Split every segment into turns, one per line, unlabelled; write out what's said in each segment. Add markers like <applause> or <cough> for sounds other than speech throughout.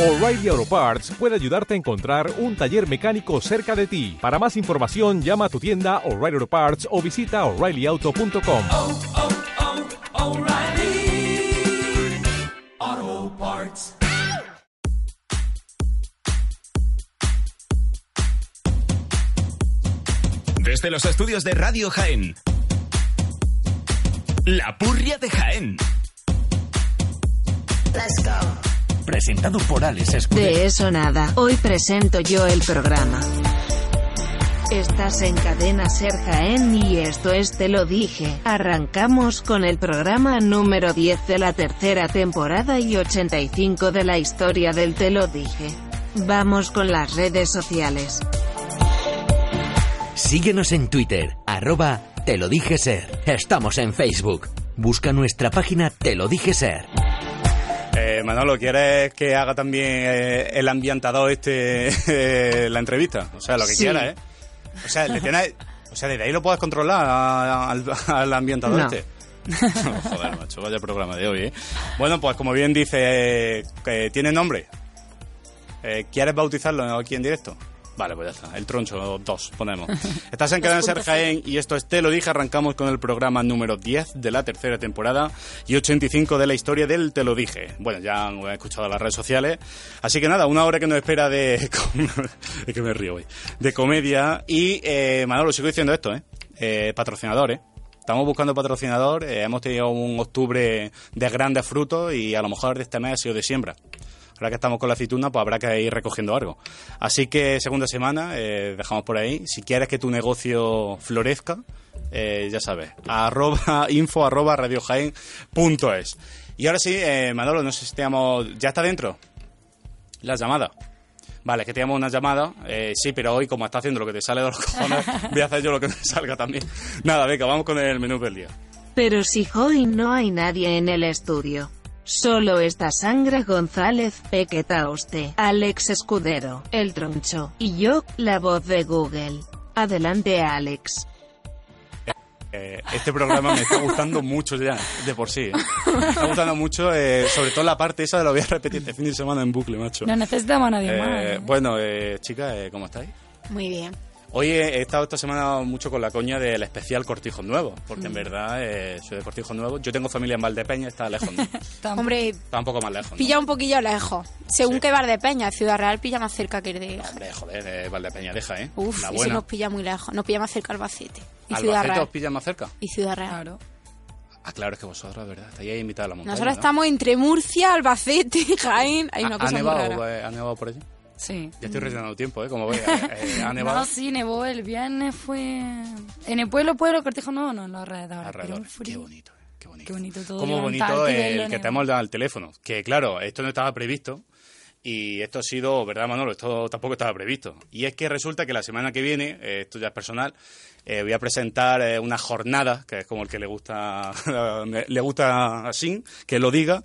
O'Reilly Auto Parts puede ayudarte a encontrar un taller mecánico cerca de ti. Para más información, llama a tu tienda O'Reilly Auto Parts o visita oreillyauto.com.
O'Reilly Auto Parts.
Desde los estudios de Radio Jaén. La Purria de Jaén. Presentado por Alex Escudero.
De eso nada. Hoy presento yo el programa. Estás en cadena Ser Jaén y esto es Te lo dije. Arrancamos con el programa número 10 de la tercera temporada y 85 de la historia del Te lo dije. Vamos con las redes sociales.
Síguenos en Twitter, arroba Te lo dije ser. Estamos en Facebook. Busca nuestra página Te lo dije ser.
Eh, Manolo, ¿quieres que haga también eh, el ambientador este eh, la entrevista? O sea, lo que
Sí.
quieras, ¿eh? O sea, le tienes- o sea, desde ahí lo puedes controlar a- a- al, al ambientador
No.
este. Joder, macho, vaya programa de hoy, ¿eh? Bueno, pues como bien dice, eh, que tiene nombre. Eh, ¿Quieres bautizarlo aquí en directo? Vale, pues ya está. El troncho 2, ponemos. Estás en Cadena Ser Jaén y esto es Te lo dije. Arrancamos con el programa número 10 de la tercera temporada y 85 de la historia del Te lo dije. Bueno, ya han escuchado las redes sociales. Así que nada, una hora que nos espera de... <laughs> com- es que me río hoy. De comedia. Y, eh, Manolo, sigo diciendo esto, ¿eh? eh patrocinador, ¿eh? Estamos buscando patrocinador. eh, hemos tenido un octubre de grandes frutos y a lo mejor de este mes ha sido de siembra. Ahora que estamos con la aceituna, pues habrá que ir recogiendo algo. Así que segunda semana, eh, dejamos por ahí. Si quieres que tu negocio florezca, eh, ya sabes, arroba <laughs> info arroba radiojaen.es. Y ahora sí, eh, Manolo, no sé si tenemos... ¿Ya está dentro? La llamada. Vale, es que teníamos una llamada. eh, sí, pero hoy, como está haciendo lo que te sale de los cojones, voy a hacer yo lo que me salga también. Nada, venga, vamos con el menú del día.
Pero si hoy no hay nadie en el estudio. Solo está Sangre González, Pequetaoste, Alex Escudero, El Troncho, y yo, la voz de Google. Adelante Alex.
Eh, este programa me está gustando mucho ya, de por sí. eh. Me está gustando mucho, eh, sobre todo la parte esa, la voy a repetir este fin de semana en bucle, macho.
No necesitamos a nadie
Eh,
más. ¿eh?
bueno, eh, chicas, eh, ¿cómo estáis?
Muy bien.
Hoy he, he estado esta semana mucho con la coña del especial Cortijos Nuevos, porque
Mm.
en verdad eh, soy de Cortijos Nuevos. Yo tengo familia en Valdepeña, está
<laughs>
lejos, ¿no? está
Tampoco.
Hombre,
un poco más lejos. ¿no?
pilla un poquillo lejos. Según
Sí.
que Bar de Peña, Ciudad Real pilla más cerca que el de.
Hombre, joder, eh, Valdepeña deja, ¿eh?
Uf,
la
eso
buena.
nos pilla muy lejos. Nos pilla más cerca Albacete. Y Ciudad
¿Albacete
Real.
os pilla más cerca?
Y Ciudad Real.
Claro.
Ah, claro, es que vosotros, ¿verdad? Estáis ahí en mitad de la montaña,
Nosotros
¿no?
estamos entre Murcia, Albacete, Jaén. Hay una
¿Ha-
cosa
¿Ha
muy
nevado,
rara. Mm.
eh, ¿Ha nevado por allí?
Sí.
Ya estoy rellenando tiempo, ¿eh? Como veis, eh,
<laughs>
eh, ha nevado.
No, sí, nevó el viernes, fue... En el pueblo, pueblo, cortijo, no, no, en los alrededores. pero
alrededor.
un frío.
Qué bonito, eh, qué bonito.
Qué bonito todo,
Como
levantarte
bonito eh,
y
el
verlo
que
nevar.
te hemos dado el teléfono. Que claro, esto no estaba previsto. Y esto ha sido, ¿verdad, Manolo? Esto tampoco estaba previsto. Y es que resulta que la semana que viene, eh, esto ya es personal, eh, voy a presentar eh, una jornada, que es como el que le gusta, <laughs> le gusta así, que lo diga.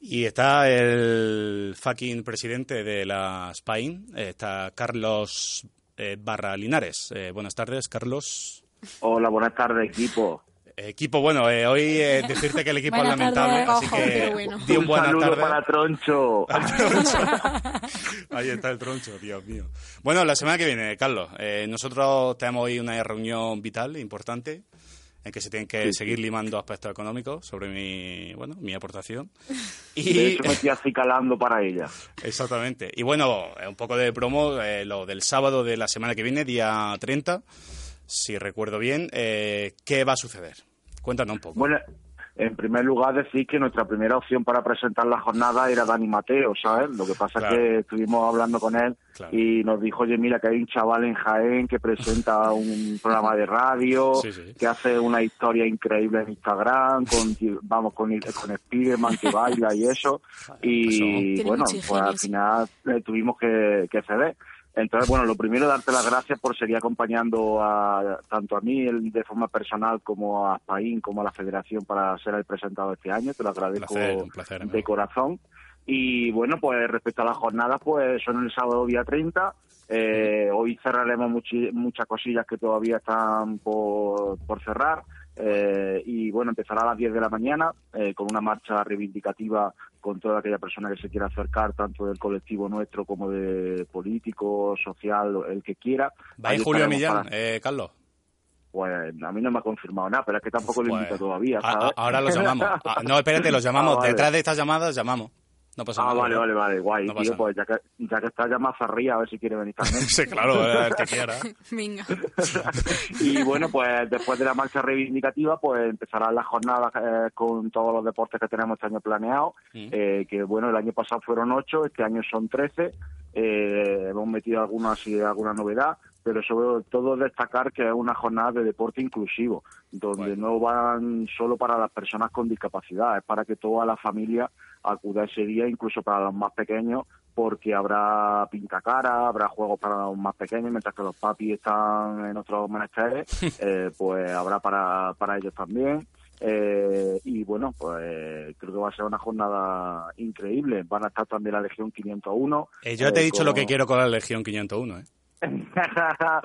Y está el fucking presidente de la Spain, eh, está Carlos eh, Barra Linares. Eh, buenas tardes, Carlos.
Hola, buenas tardes, equipo.
Equipo, bueno, eh, hoy eh, decirte que el equipo es
Buenas
lamentable,
tardes.
así
Ojo,
que
pero bueno.
di un buenas
saludo
tardes.
para Troncho.
<laughs> Ahí está el troncho, Dios mío. Bueno, la semana que viene, Carlos, eh, nosotros tenemos hoy una reunión vital, importante, en que se tienen que
Sí, sí.
seguir limando aspectos económicos sobre mi, bueno, mi aportación.
De
Y, <laughs>
hecho, me estoy acicalando para ella.
exactamente. Y bueno, eh, un poco de promo, eh, lo del sábado de la semana que viene, día 30, si recuerdo bien, eh, ¿qué va a suceder? Cuéntanos un poco.
Bueno, en primer lugar, decir que nuestra primera opción para presentar la jornada era Dani Mateo, ¿sabes? Lo que pasa
Claro.
es que estuvimos hablando con él
Claro.
y nos dijo, oye, mira, que hay un chaval en Jaén que
<laughs>
presenta un programa de radio,
Sí, sí.
que hace una historia increíble en Instagram, con, vamos, con, con Spiderman que baila y eso. Y
pues
Tiene
bueno,
mucho
pues
ingenio,
al
sí.
final eh, tuvimos que, que ceder. Entonces, bueno, lo primero, darte las gracias por seguir acompañando a, tanto a mí el- de forma personal como a Paín, como a la Federación para ser el presentado este año. Te lo agradezco
placer, un placer, amigo.
de corazón. Y bueno, pues respecto a las jornadas, pues son el sábado día 30. Eh, hoy cerraremos muchi- muchas cosillas que todavía están por, por cerrar. Eh, y bueno, empezará a las 10 de la mañana eh, con una marcha reivindicativa con con toda aquella persona que se quiera acercar, tanto del colectivo nuestro como de político, social, el que quiera.
Va ahí
Ahí
Julio
estaremos
Millán,
para-
eh, Carlos.
Pues a mí no me ha confirmado nada, pero es que tampoco lo
Pues,
invito todavía.
a- a-
¿sabes? <laughs>
ahora los llamamos. Ah, no, espérate, los llamamos.
Ah, vale.
Detrás de estas llamadas llamamos. No pasa
Ah,
nada.
vale, vale, vale, guay.
No pasa
tío, pues ya que, ya que está ya más arriba, a ver si quiere venir también.
<laughs> Sí, claro, eh, el que quiera. <laughs>
Venga.
<laughs> y bueno, pues después de la marcha reivindicativa, pues empezarán las jornadas eh, con todos los deportes que tenemos este año planeados,
Mm.
eh, que bueno, el año pasado fueron ocho, este año son trece, eh, hemos metido alguna, así, alguna novedad, pero sobre todo destacar que es una jornada de deporte inclusivo, donde no van solo para las personas con discapacidad, es para que toda la familia acuda ese día, incluso para los más pequeños, porque habrá pintacara, habrá juegos para los más pequeños, mientras que los papis están en otros menesteres, eh, pues habrá para, para ellos también. Eh, y bueno, pues creo que va a ser una jornada increíble. Van a estar también la Legión 501.
Eh, yo te he
eh,
dicho lo que
con- <laughs>
quiero con la Legión 501, ¿eh?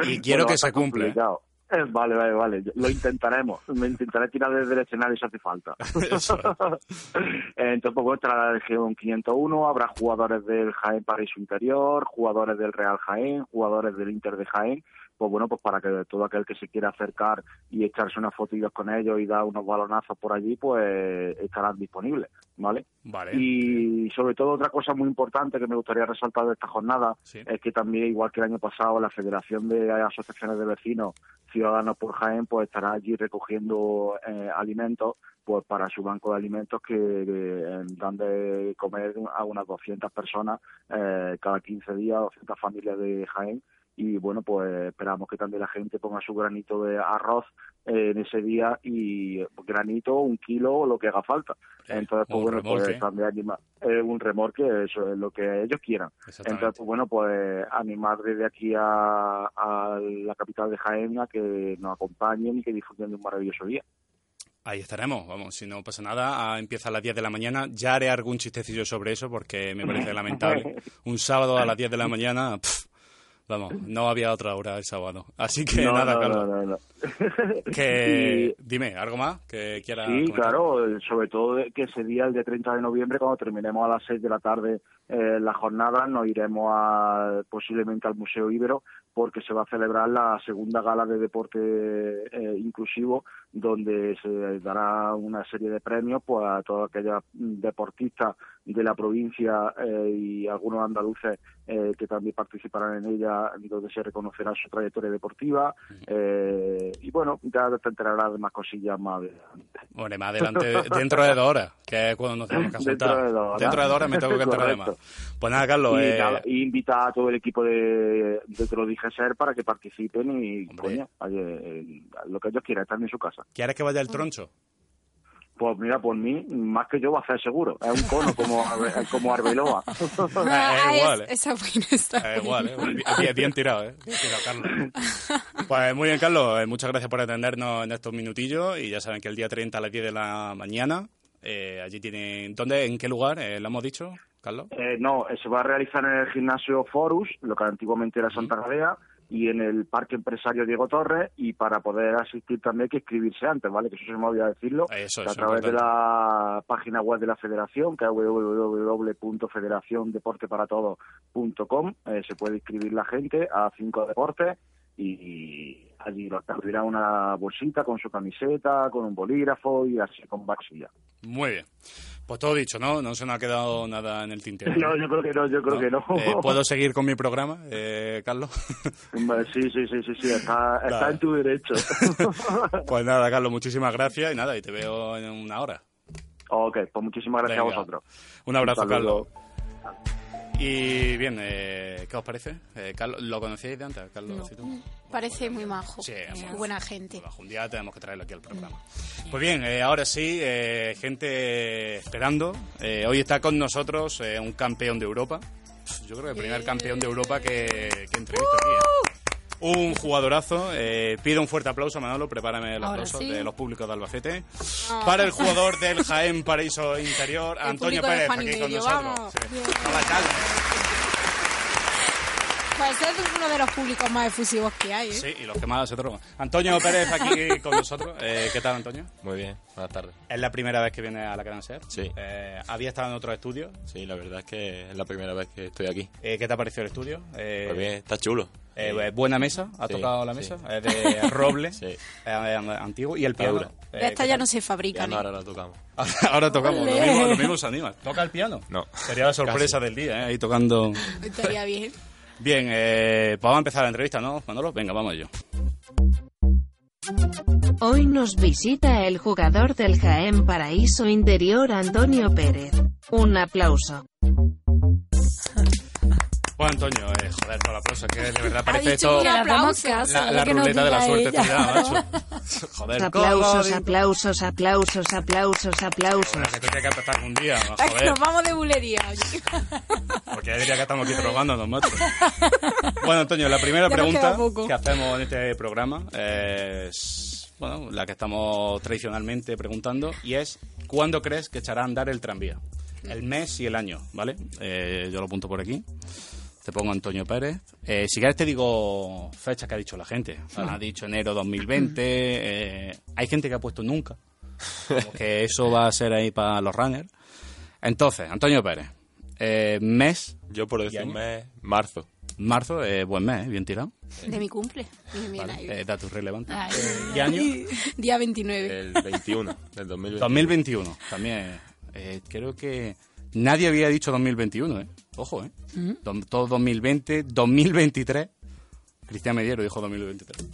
Y quiero
Bueno, va
que
a
se
estar
cumpla. ¿eh?
complicado. Eh, Vale, vale, vale. Lo intentaremos. Me intentaré tirar desde el escenario si hace falta.
<laughs> Eso es.
Entonces, pues, bueno, estará la Legión 501, habrá jugadores del Jaén para su interior, jugadores del Real Jaén, jugadores del Inter de Jaén, pues bueno, pues para que todo aquel que se quiera acercar y echarse unas fotillos con ellos y dar unos balonazos por allí, pues estarán disponibles, ¿vale?
Vale.
Y sobre todo otra cosa muy importante que me gustaría resaltar de esta jornada
Sí.
es que también, igual que el año pasado, la Federación de Asociaciones de Vecinos Ciudadanos por Jaén pues estará allí recogiendo eh, alimentos pues para su banco de alimentos que eh, dan de comer a unas 200 personas eh, cada 15 días, 200 familias de Jaén. Y bueno, pues esperamos que también la gente ponga su granito de arroz eh, en ese día y eh, granito, un kilo o lo que haga falta. Entonces, pues
un
bueno,
remolque.
pues también anima, eh, un remolque, eso es lo que ellos quieran.
Exactamente.
Entonces, pues bueno, pues animar desde aquí a, a la capital de Jaén a que nos acompañen y que disfruten de un maravilloso día.
Ahí estaremos, vamos, si no pasa nada, ah, empieza a las 10 de la mañana, ya haré algún chistecillo sobre eso porque me
<laughs>
parece lamentable. Un sábado a las 10 de la mañana, pff, vamos, no había otra hora el sábado. Así que
No,
nada,
no,
Carlos,
no, no, no.
<laughs> que dime, ¿algo más que quieras
Sí,
comentar?
claro, eh, sobre todo de- que ese día, el día 30 de noviembre, cuando terminemos a las 6 de la tarde eh, la jornada, nos iremos a- posiblemente al Museo Ibero porque se va a celebrar la segunda gala de deporte eh, inclusivo donde se dará una serie de premios pues, a todos aquellos mm, deportistas de la provincia eh, y algunos andaluces eh, que también participarán en ella, donde se reconocerá su trayectoria deportiva. eh, y bueno, ya te enterarás de más cosillas más adelante.
Bueno, más adelante, dentro de dos horas, que es cuando nos tenemos que
Dentro
sentar.
de dos horas.
Dentro de dos horas me tengo que enterar de más.
Correcto.
Pues nada, Carlos,
y,
eh,
nada, y invita a todo el equipo de, de Te lo dije ser para que participen y
Hombre.
coño, oye, eh, lo que ellos quieran, están en su casa.
¿quieres que vaya
<laughs>
el troncho?
Pues mira, por mí, más que yo va a hacer seguro. Es un cono como, <laughs> Arbe- como Arbeloa.
Ah, es igual,
es-
eh.
Esa buena está.
Eh,
buena.
igual, eh, bien, bien tirado, ¿eh? Bien tirado, Carlos. Pues muy bien, Carlos, eh, muchas gracias por atendernos en estos minutillos y ya saben que el día 30 a las 10 de la mañana, eh, allí tienen... ¿Dónde, en qué lugar? Eh, ¿Lo hemos dicho, Carlos?
Eh, no, eh, se va a realizar en el gimnasio Forus, lo que antiguamente era Santa Gadea, y en el Parque Empresario Diego Torres, y para poder asistir también hay que inscribirse antes, ¿vale? Que eso se me olvidó decirlo.
Eso,
que a
eso,
través de
importante.
la página web de la federación, que es www.federaciondeporteparatodos.com, eh, se puede inscribir la gente a cinco deportes y allí lo recibirá una bolsita con su camiseta, con un bolígrafo y así con vasilla.
Muy bien. Pues todo dicho, ¿no? No se nos ha quedado nada en el tintero.
<laughs> No, yo creo que no, yo creo que no.
Eh, ¿Puedo seguir con mi programa, eh,
<laughs>
Carlos?
Hombre, Sí, sí, sí, sí, sí, está, está
Vale.
en tu
<laughs>
derecho.
Pues nada, Carlos, muchísimas gracias y nada, y te veo en una hora.
ok, pues muchísimas gracias
Venga.
a vosotros.
Un abrazo,
saludo.
Carlos. Y bien, eh, ¿qué os parece? Eh, Carlos, ¿Lo conocíais de antes, Carlos?
No.
¿Sí tú?
Parece muy majo.
Sí, es
muy
muy
buena gente.
Trabajo. Un día tenemos que traerlo aquí al programa. Pues bien, eh, ahora sí, eh, gente esperando. Eh, hoy está con nosotros eh, un campeón de Europa. Yo creo que el primer campeón de Europa que, que entrevisto aquí. ¿eh? Un jugadorazo. Eh, pido un fuerte aplauso, Manolo. Prepárame el
Ahora
aplauso
sí.
de los públicos de Albacete. Para el jugador del Jaén Paraíso Interior, Antonio
público de
Pérez,
Juan y
aquí con
medio,
nosotros.
vamos.
Sí. Hola, Carlos.
Pues es uno de los públicos más efusivos que hay, ¿eh?
Sí, y los que más se drogan. Antonio Pérez aquí con nosotros. Eh, ¿Qué tal, Antonio?
Muy bien, buenas tardes.
Es la primera vez que viene a la Gran Ser.
Sí.
Eh, había estado en otro estudio.
Sí, la verdad es que es la primera vez que estoy aquí.
Eh, ¿Qué te ha parecido el estudio? Eh,
Pues bien, está chulo.
eh, eh, buena mesa, ha
Sí,
tocado la
sí.
mesa, es
<laughs>
de roble,
Sí.
eh, antiguo, y el piano.
Madura.
Eh,
Ya
¿qué
esta ya
tal?
no se fabrica,
Ya no,
¿eh?
ahora la tocamos.
<laughs> Ahora tocamos, lo
Ole.
<laughs>
mismo, lo mismo se anima. ¿Toca el piano?
No.
Sería la sorpresa del día, ¿eh? ahí tocando.
Estaría bien.
Bien, eh, pues vamos a empezar la entrevista, ¿no, Manolo? Venga, vamos yo.
Hoy nos visita el jugador del Jaén Paraíso Interior Antonio Pérez. Un aplauso.
Bueno, Antonio, eh, joder, por el aplauso, que de verdad
Ha
parece
dicho un
esto
Que le hagamos
aplauso.
caso,
la,
lo
la
que nos
ruleta de la
diga
suerte.
ella.
tirada, Ah,
<laughs>
macho. Joder,
Aplausos,
cola,
aplausos, aplausos, aplausos, aplausos.
Bueno, que tendría que empezar un día, ¿no?
Es que
joder.
nos vamos de bulería, oye.
Porque ya diría que estamos aquí drogándonos, macho. Bueno, Antonio, la
Ya
primera
nos
pregunta
queda poco.
que hacemos en este programa es bueno, la que estamos tradicionalmente preguntando y es ¿cuándo crees que echará a andar el tranvía? El mes y el año, ¿vale? Eh, yo lo apunto por aquí. Te pongo Antonio Pérez. Eh, si quieres te digo fechas que ha dicho la gente. O
Ah.
sea, ha dicho enero 2020. eh, hay gente que ha puesto nunca. Como que eso va a ser ahí para los runners. Entonces, Antonio Pérez. eh, mes,
Yo por decir
año?
mes, marzo.
marzo, eh, buen mes, eh, bien tirado.
<laughs> De mi cumple. Bien, bien, ahí. Ah.
Eh, datos relevantes.
Ay.
¿Y año?
<laughs> Día 29.
<laughs>
El 21 del 2020.
2021, también. eh, creo que nadie había dicho 2021, ¿eh? Ojo, ¿eh?
Mm,
Dom- Todo 2020, 2023. Cristian Mediero dijo 2023.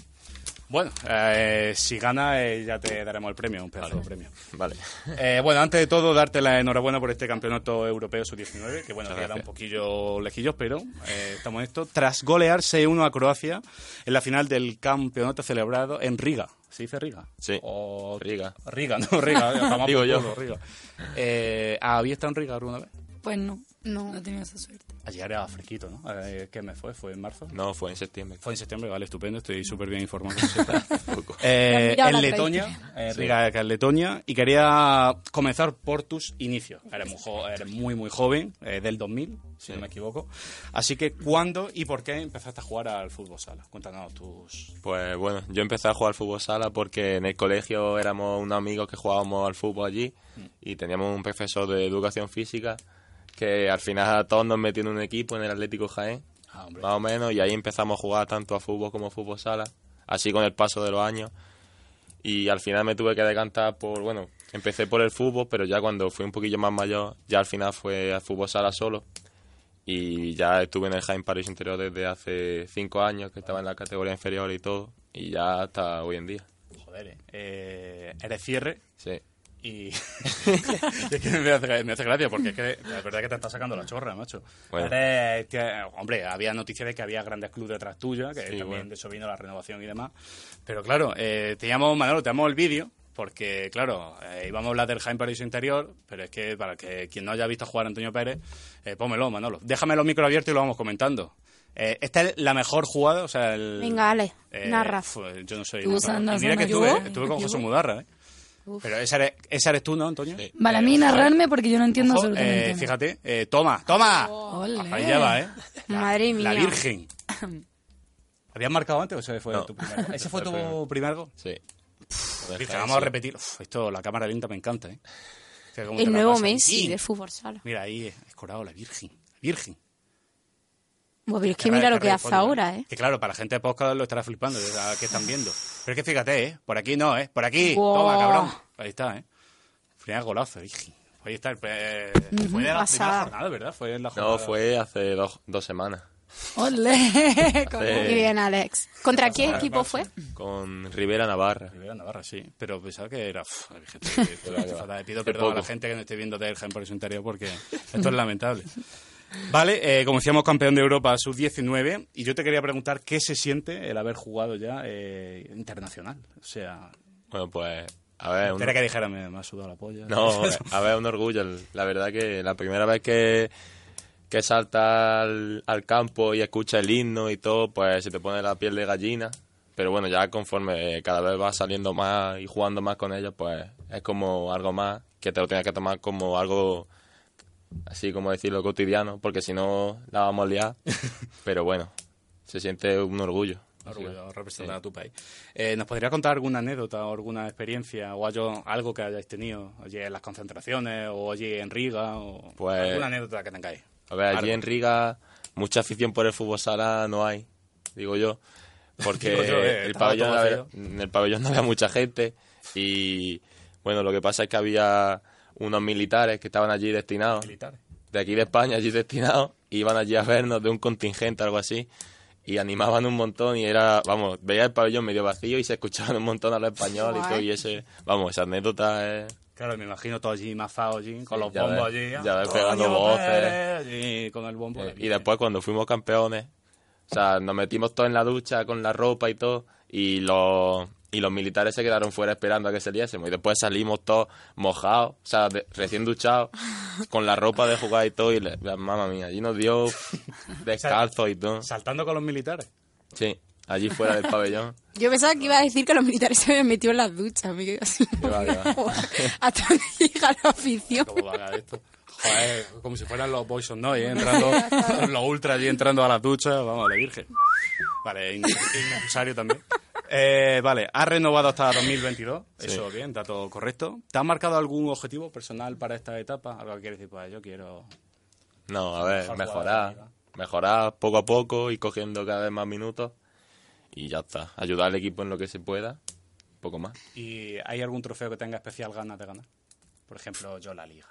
Bueno, eh, si gana eh, ya te daremos el premio, un pedazo de premio.
Vale.
<laughs> Eh, bueno, antes de todo, darte la enhorabuena por este campeonato europeo sub-19, que bueno,
Muchas
queda un
gracias.
poquillo lejillos, pero eh, estamos en esto. Tras golear 6-1 a Croacia en la final del campeonato celebrado en Riga. ¿Se dice Riga?
Sí.
O-
Riga.
Riga, no,
<laughs>
Riga. jamás
Digo
por
yo.
culo, Riga. Eh, ¿Había estado en Riga alguna vez?
Pues no,
No.
no he tenido esa suerte.
Allí era fresquito, ¿no? Eh, ¿Qué me fue? ¿Fue en marzo?
No, fue en septiembre.
Fue en septiembre, vale, estupendo, estoy súper bien informado.
<laughs> Poco.
<laughs> Eh,
La mirada
en
la traiste.
Letonia, eh, Riga, que es Letonia, y quería comenzar por tus inicios. Eres muy, jo- eres muy, muy joven, eh, del 2000, si no me equivoco. Así que, ¿cuándo y por qué empezaste a jugar al fútbol sala? Cuéntanos tus...
Pues bueno, yo empecé a jugar al fútbol sala porque en el colegio éramos unos amigos que jugábamos al fútbol allí
Mm.
y teníamos un profesor de educación física que al final a todos nos metió en un equipo en el Atlético Jaén,
Ah, hombre.
más o menos, y ahí empezamos a jugar tanto a fútbol como a fútbol sala, así con el paso de los años. Y al final me tuve que decantar por, bueno, empecé por el fútbol, pero ya cuando fui un poquillo más mayor, ya al final fue al fútbol sala solo. Y ya estuve en el Jaén París Interior desde hace cinco años, que estaba en la categoría inferior y todo, y ya hasta hoy en día.
Joder, eh. Eh, eres cierre
Sí.
y... <laughs> es que me hace, me hace gracia porque es que la verdad es que te está sacando la chorra, macho.
Bueno.
Eres- tie- hombre, había noticias de que había grandes clubes detrás tuya, que también
bueno.
de eso vino la renovación y demás. Pero claro, eh, te llamo Manolo, te llamo el vídeo, porque claro, eh, íbamos a hablar del Jaime Paraíso Interior, pero es que para que quien no haya visto jugar a Antonio Pérez, eh, pómelo, Manolo. Déjame los micros abiertos y lo vamos comentando. Eh, esta es la mejor jugada, o sea, el...
<laughs> Venga, Ale,
Eh,
narra.
fue- yo no soy...
Tú,
narrador.
Sandra,
Y mira que
Sandra,
estuve,
¿yo?
estuve con
¿Yo?
José Mudarra, ¿eh? Pero esa eres, esa eres tú, ¿no, Antonio?
Sí.
Vale, a mí
Eh,
narrarme porque yo no entiendo
Ojo,
absolutamente
eh,
nada.
fíjate, eh, toma, toma.
Ole.
Ahí ya va, ¿eh?
Madre mía.
La Virgen. ¿Habías marcado antes o ese fue
No.
tu primer gol? <laughs> ¿Ese fue
Fue el
tu primer gol?
Sí. Del
Virgen,
Jaén,
vamos a
sí.
repetir. Uf, esto, la cámara lenta me encanta, ¿eh? O sea, cómo te
El
la
nuevo
pasan.
Messi
Sí.
del fútbol sala.
Mira, ahí es escorado la Virgen. La Virgen.
Bueno, pero es que
Qué
mira
rabia,
lo
qué
que
rabia
hace
fondo,
ahora, ¿eh?
Que claro, para la gente de podcast lo estará flipando, de la que están viendo. Pero es que fíjate, ¿eh? Por aquí no, ¿eh? Por aquí.
Buah.
Toma, cabrón. Ahí está, ¿eh? Primer golazo, Virgen. Ahí está. el pe- eh, fue de la primera
pasada.
jornada, ¿verdad? Fue en la jornada.
No, fue hace dos, dos semanas.
<laughs>
Ole.
Hace-
Eh,
Muy bien, Alex. ¿Contra qué equipo fue?
Con Rivera Navarra.
Rivera Navarra, sí. Pero pensaba que era. Uf,
<laughs>
la Virgen, te- te- te- fatal. Pido
Qué
perdón a la
poco.
gente que no esté viendo del Jaén por su interior porque esto es lamentable. Vale, eh, como decíamos, campeón de Europa sub-19. Y yo te quería preguntar qué se siente el haber jugado ya eh, internacional. O sea,
Bueno, pues, a ver, un-
espera que dijera, me, me ha sudado la polla.
No, a ver, un orgullo. La verdad que la primera vez que, que salta al, al campo y escucha el himno y todo, pues se te pone la piel de gallina. Pero bueno, ya conforme cada vez vas saliendo más y jugando más con ellos, pues es como algo más que te lo tienes que tomar como algo,
<laughs>
así como decirlo, cotidiano, porque si no la vamos a liar. Pero bueno, se siente un orgullo.
Orgullo, representar a tu país. Eh, ¿Nos podría contar alguna anécdota o alguna experiencia o algo, algo que hayáis tenido? Oye, en las concentraciones o oye, en Riga o
Pues-
alguna anécdota que tengáis.
A ver, allí
Algo.
en Riga mucha afición por el fútbol sala no hay, digo yo, porque
<laughs> Digo yo, eh,
el
estaba
pabellón,
todo
a ver,
vacío.
en el pabellón no había mucha gente y bueno, lo que pasa es que había unos militares que estaban allí destinados, de aquí de España allí destinados, y iban allí a vernos de un contingente, algo así, y animaban un montón y era, vamos, veía el pabellón medio vacío y se escuchaban un montón al español y
Guay.
todo, y ese, vamos, esa anécdota es...
Claro, me imagino todo allí, mazao allí, con los
ya
bombos
ves,
allí.
ya ves, pegando
Antonio
voces.
Pérez, allí, con el bombo.
Eh, Y después cuando fuimos campeones, o sea, nos metimos todos en la ducha con la ropa y todo, y los, y los militares se quedaron fuera esperando a que saliésemos. Y después salimos todos mojados, o sea, de- recién duchados, con la ropa de jugar y todo, y le- la- mamma mía, allí nos
<laughs>
dio descalzos y todo.
¿Saltando con los militares?
Sí, allí fuera
<laughs>
del pabellón.
Yo pensaba que iba a decir que los militares se habían metido en las duchas. Me quedé así.
va, qué va.
<laughs> Hasta que llega la afición.
¿Cómo va a haber esto? Joder, como si fueran los Boys on Noise, ¿eh? entrando, <laughs> los ultras allí entrando a las duchas, vamos, la virgen. Vale, in- innecesario también. Eh, vale, ha renovado hasta 2022, eso
Sí.
bien, dato correcto. ¿Te has marcado algún objetivo personal para esta etapa? Algo que quieres decir, pues yo quiero...
No, a ver,
Mejor
mejorar, mejorar poco a poco, ir cogiendo cada vez más minutos, y ya está, ayudar al equipo en lo que se pueda, poco más.
¿Y hay algún trofeo que tenga especial ganas de ganar? Por ejemplo, yo la liga.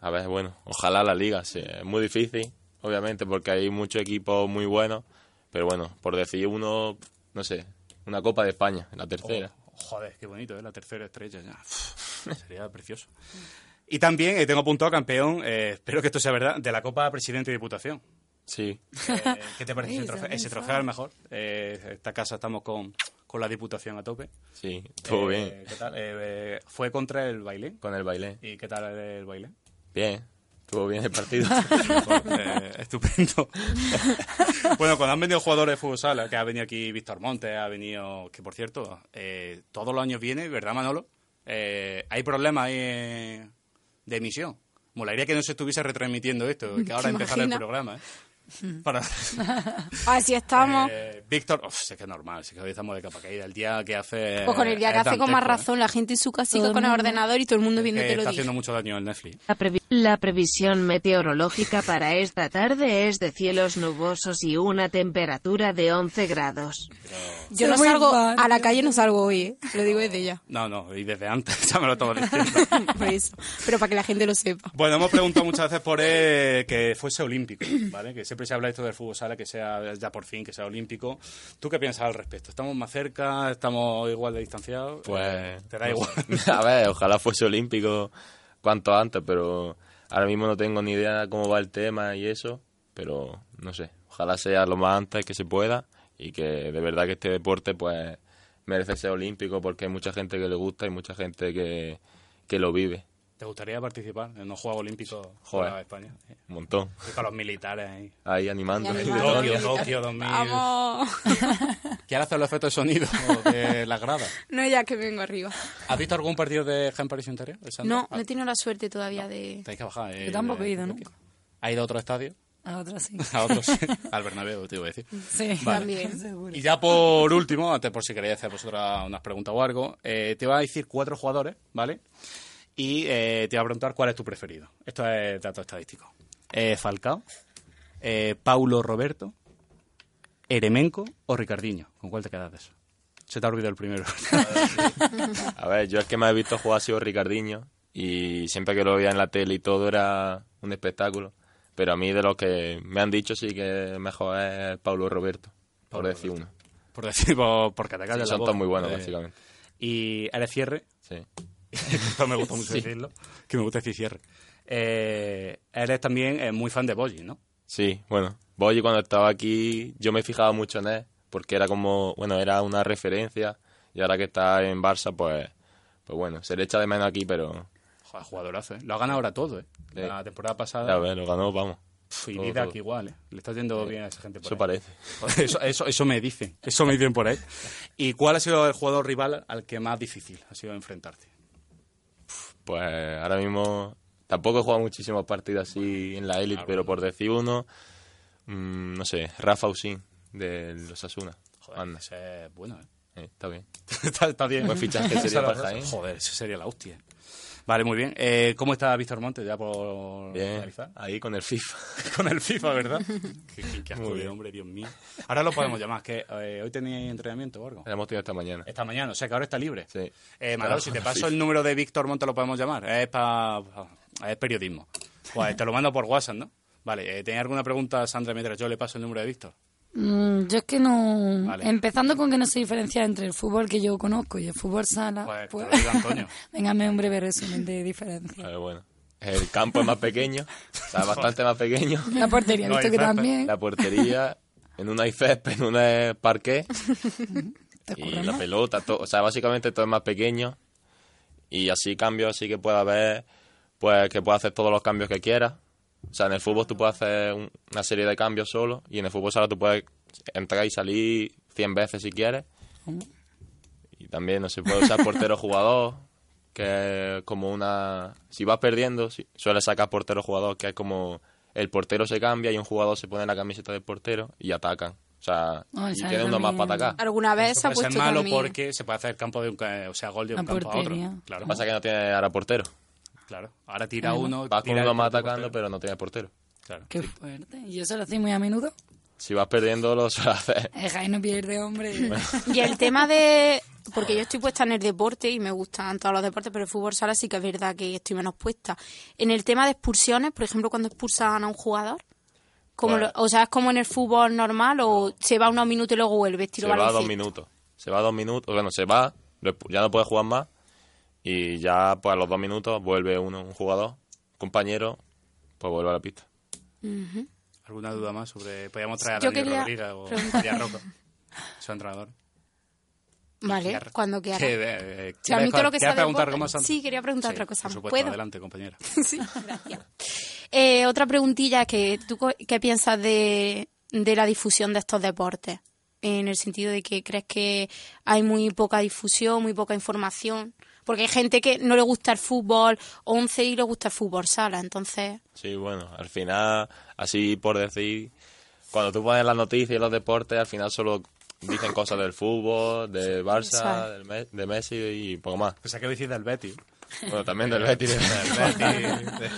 A ver, bueno, ojalá la liga. sí, es muy difícil, obviamente, porque hay muchos equipos muy buenos. Pero bueno, por decir uno, no sé, una Copa de España, la tercera.
Oh, joder, qué bonito, ¿eh? La tercera estrella ya. Uf, Sería precioso. Y también eh, tengo apuntado campeón, eh, espero que esto sea verdad, de la Copa Presidente y Diputación.
Sí.
Eh, ¿Qué te parece
Sí,
ese trofeo?
también
Ese
sabe.
trofeo a lo mejor. Eh, esta casa estamos con, con la Diputación a tope.
Sí, estuvo
Eh,
bien.
¿Qué tal? Eh, eh, fue contra el baile.
Con el baile.
¿Y qué tal el baile?
Bien, estuvo bien el
<laughs>
partido.
Eh,
<laughs>
estupendo. bueno, cuando han venido jugadores de fútbol sala, que ha venido aquí Víctor Montes, ha venido, que por cierto, eh, todos los años viene, ¿verdad, Manolo? Eh, hay problemas eh, de emisión. Molaría que no se estuviese retransmitiendo esto, que
<laughs>
ahora
¿Te
empezara el
imaginas? Mm.
programa. ¿eh? Para...
Así estamos.
Eh, Víctor, uf, sí que es normal, sí que hoy estamos de capa caída. El día que hace.
pues con el día que
es
hace con más
dantesco,
razón, la gente en su casita
Todo el
con el
mundo.
ordenador y todo el mundo
¿eh?
viendo
Que
te lo
está
dije.
haciendo mucho daño el Netflix.
La, previ- la previsión meteorológica para esta tarde es de cielos nubosos y una temperatura de 11 grados.
Yo no
Soy muy
salgo, a la calle no salgo hoy, ¿eh? lo digo desde ya, <laughs>
No, no, y desde antes <laughs> ya me lo tomo diciendo.
por eso, pero para que la gente lo sepa.
Bueno, hemos preguntado muchas veces por eh, que fuese olímpico, ¿vale? Que siempre se habla esto del fútbol sala, que sea ya por fin, que sea olímpico. ¿Tú qué piensas al respecto? ¿Estamos más cerca? ¿Estamos igual de distanciados? Eh,
Pues.
Te da igual.
<laughs> A
<laughs>
ver, ojalá fuese olímpico cuanto antes, pero ahora mismo no tengo ni idea cómo va el tema y eso. Pero no sé, ojalá sea lo más antes que se pueda y que de verdad que este deporte pues merece ser olímpico porque hay mucha gente que le gusta y mucha gente que, que lo vive.
¿Te gustaría participar en los Juegos Olímpicos
Joder.
de España? Eh,
Un montón.
Y con los militares ahí.
Ahí animando.
Y animando. Tokio, Tokio 2000. ¿Quieres hacer los efectos de sonido de las gradas?
<laughs> No, ya que vengo arriba.
¿Has visto algún partido de Gen París Ontario? El Sandro?
No,
Ah,
no he tenido la suerte todavía de...
Tenéis que bajar. eh,
Yo tampoco
de-
he ido
de-
nunca.
¿Ha ido a otro estadio?
A otra Ah, sí.
<laughs> A otros.
<laughs>
Al Bernabéu, te iba a decir.
Sí,
Vale.
también. Seguro.
Y ya por último, antes por si queréis hacer vosotras unas preguntas o algo, eh, te va a decir cuatro jugadores, ¿vale? Y eh, te va a preguntar cuál es tu preferido. Esto es dato estadístico. Eh, Falcao, eh, Paulo Roberto, Eremenco o Ricardiño. ¿Con cuál te quedas de eso? Se te ha olvidado
<laughs>
el primero.
A ver, yo el que más he visto jugar ha sido Ricardiño y siempre que lo veía en la tele y todo era un espectáculo. Pero a mí de los que me han dicho sí que mejor es Pablo Roberto, por decir uno.
por decir, <laughs> por, porque te callas
Sí,
la
son
boca.
todos muy buenos,
Eh,
básicamente.
Y Alex Cierre.
Sí.
<laughs> Esto me gusta
<laughs>
mucho
Sí.
decirlo. Que me gusta decir Cierre. Eh, eres también eh, muy fan de Boyi, ¿no?
Sí, bueno, Boy cuando estaba aquí yo me fijaba mucho en él porque era como, bueno, era una referencia y ahora que está en Barça pues, pues bueno, se le echa de menos aquí, pero
Joder, jugadorazo, ¿eh? Lo ha ganado ahora todo, ¿eh? La temporada pasada.
a ver, lo ganó, vamos.
Pf, Ah. y
Todo,
Didac
todo.
igual, ¿eh? Le está yendo bien a esa gente por
Eso
ahí.
parece.
Joder, Eso, eso, eso
<laughs>
me dicen. Eso me dicen por ahí. ¿Y cuál ha sido el jugador rival al que más difícil ha sido enfrentarte?
Pues ahora mismo tampoco he jugado muchísimas partidas así en la élite, pero por decir uno, mm, no sé, Rafa Usín de los Asuna.
Joder, ese es bueno, ¿eh?
está bien. <laughs>
está, está bien.
Buen
<laughs>
fichaje sería ¿eh? para Jaén.
Joder, eso sería la hostia. Vale, muy bien. Eh, ¿Cómo está Víctor Montes ya por
Bien,
finalizar?
ahí con el FIFA.
<laughs> Con el FIFA, ¿verdad? qué, qué, qué asco
Muy
de
bien.
hombre, Dios mío. Ahora lo podemos llamar, que eh, hoy tenéis entrenamiento o algo.
La hemos tenido esta mañana.
Esta mañana, o sea que ahora está libre.
Sí.
Eh, Manolo,
<laughs>
si te paso el número de Víctor Montes, lo podemos llamar. Es para. Es periodismo. Pues te lo mando por WhatsApp, ¿no? Vale, eh, ¿tenía alguna pregunta, Sandra, mientras yo le paso el número de Víctor?
<coughs> Mm, yo es que no...
Vale.
Empezando con que no se diferencia entre el fútbol que yo conozco y el fútbol sala.
Pues, te
pues-
lo digo,
<laughs>
Antonio.
Véngame un breve resumen de diferencia.
A ver, bueno. El campo es más pequeño, o sea, bastante más pequeño.
<laughs> La portería,
No
visto
hay
que
césped.
también...
La portería, en una hay césped, en una es
<laughs>
parqué. y la pelota, todo, o sea, básicamente todo es más pequeño. Y así cambios sí que puede haber, pues que puedes hacer todos los cambios que quieras. O sea, en el fútbol tú puedes hacer un- una serie de cambios solo y en el fútbol sala tú puedes entrar y salir 100 veces si quieres.
Oh.
Y también no se puede usar
<laughs>
portero jugador, que es como una... Si vas perdiendo, si- suele sacar portero jugador, que es como el portero se cambia y un jugador se pone la camiseta del portero y atacan. O sea,
Ay,
y
esa
tiene uno más
también.
para atacar.
Alguna vez se ha
Eso
puesto
es malo
conmigo.
porque se puede hacer el campo de un, ca- o sea, gol de un
La
campo a
portería.
otro. Claro.
Lo que pasa es que no tiene ahora portero.
Claro. Ahora tira
Además.
uno.
Vas con
tira
uno
el
más
otro
atacando, pero no tiene portero.
Claro.
Qué fuerte. ¿Y eso lo hacéis muy a menudo?
Si vas perdiendo, lo suele hacer.
Eh, Jaén no pierde, hombre.
Y el tema de... Porque yo estoy puesta en el deporte y me gustan todos los deportes, pero el fútbol sala sí que es verdad que estoy menos puesta. En el tema de expulsiones, por ejemplo, cuando expulsan a un jugador, como
Bueno.
lo- o sea, es como en el fútbol normal o se va unos minutos y luego vuelve,
Se
estilo
va dos
baloncesto.
minutos. Se va dos minutos. Bueno, se va, lo expu- ya no puede jugar más. Y ya, pues a los dos minutos, vuelve uno, un jugador, un compañero, pues vuelve a la pista.
Ujú.
¿Alguna duda más sobre. Podríamos traer a
Yo
Daniel
quería
Rodríguez o
preguntar-
María
<laughs>
Roca, su entrenador.
Vale,
Qué-
cuando quiera.
qué- eh, eh,
Si a mí todo lo que
¿quieres
sea
preguntar
deporte-
algo más, Sandra?
Sí, quería preguntar
Sí,
otra cosa.
Por supuesto,
¿Puedo?
adelante, compañera.
<laughs> sí, gracias. Eh, otra preguntilla que tú co- qué piensas de, de la difusión de estos deportes, en el sentido de que crees que hay muy poca difusión, muy poca información, porque hay gente que no le gusta el fútbol, 11 y le gusta el fútbol sala, entonces
Sí, bueno, al final, así por decir, cuando tú pones las noticias y los deportes, al final solo dicen cosas del fútbol, del Barça,
sabe.
del Me- de Messi y poco más.
O sea, que decís del Betty.
Bueno, también <laughs> del Betis.
Del Betis.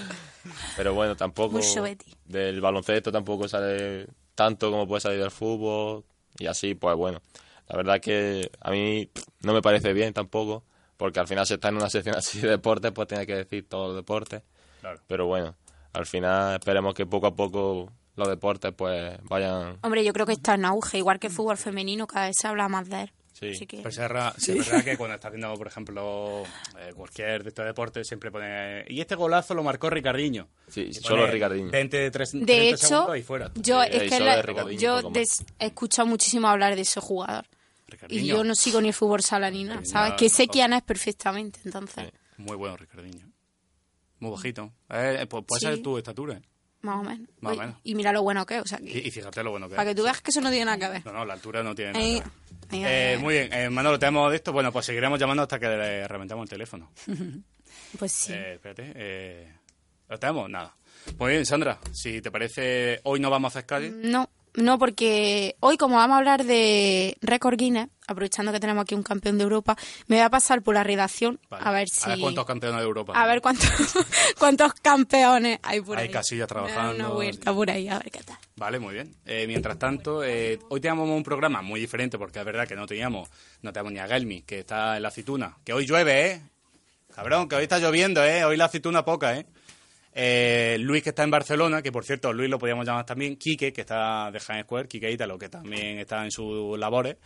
Pero bueno, tampoco...
Mucho Betis.
Del baloncesto tampoco sale tanto como puede salir del fútbol. Y así, pues bueno. La verdad que a mí pff, no me parece bien tampoco. Porque al final se está en una sección <laughs> así de deportes, pues tiene que decir todos los deportes.
Claro.
Pero bueno, al final esperemos que poco a poco los deportes pues vayan...
Hombre, yo creo que está en auge, igual que el fútbol femenino, cada vez se habla más de él. Así que-
Pero sí Pues es ra- sí es verdad que cuando estás viendo, por ejemplo, eh, cualquier de estos deportes, siempre pone. Y este golazo lo marcó Ricardiño.
Sí,
Y
solo
pone
Ricardiño.
20 de tres- 30
De hecho,
Mm, segundos y fuera.
yo es que la- yo
poco más.
des- he escuchado muchísimo hablar de ese jugador. Y
Ricardinho.
yo no sigo ni el fútbol sala ni nada,
Ricardinho,
¿sabes?
nada,
Que sé
mejor.
quién es perfectamente, entonces,
Muy bueno, Ricardiño. Muy bajito. Eh, eh, pu- puede
Mm. Sí.
ser tu estatura. eh.
más o menos.
Más o
Oye,
menos.
Y mira lo bueno que es, o sea, que-
Y, y fíjate lo bueno que
para
es.
que tú veas que eso no tiene nada que ver.
No, no, la altura no tiene nada. que
Ahí-
ver.
ahí-
Eh, muy bien, eh, Manolo, tenemos de esto. Bueno, pues seguiremos llamando hasta que le reventamos el teléfono.
<laughs>
Pues sí.
Eh, espérate. eh, ¿Lo tenemos? Nada. Muy bien, Sandra, si te parece, hoy no vamos a hacer calle.
No, no, porque hoy como vamos a hablar de récord Guinness, aprovechando que tenemos aquí un campeón de Europa, me voy a pasar por la redacción a ver si...
A ver cuántos campeones de Europa.
a ver cuántos, <laughs> cuántos campeones hay por
Hay
ahí.
casillas
Me voy a dar
trabajando.
Una vuelta por ahí, a ver qué tal.
Vale, muy bien. Eh, mientras tanto, eh, hoy teníamos un programa muy diferente porque es verdad que no teníamos, no teníamos ni a Gelmi, que está en la aceituna. Que hoy llueve, ¿eh? Cabrón, que hoy está lloviendo, ¿eh? Hoy la aceituna poca, ¿eh? Eh, Luis, que está en Barcelona, que por cierto, Luis lo podíamos llamar también. Quique, que está de Jaén Square. Quique Ítalo, que también está en sus labores.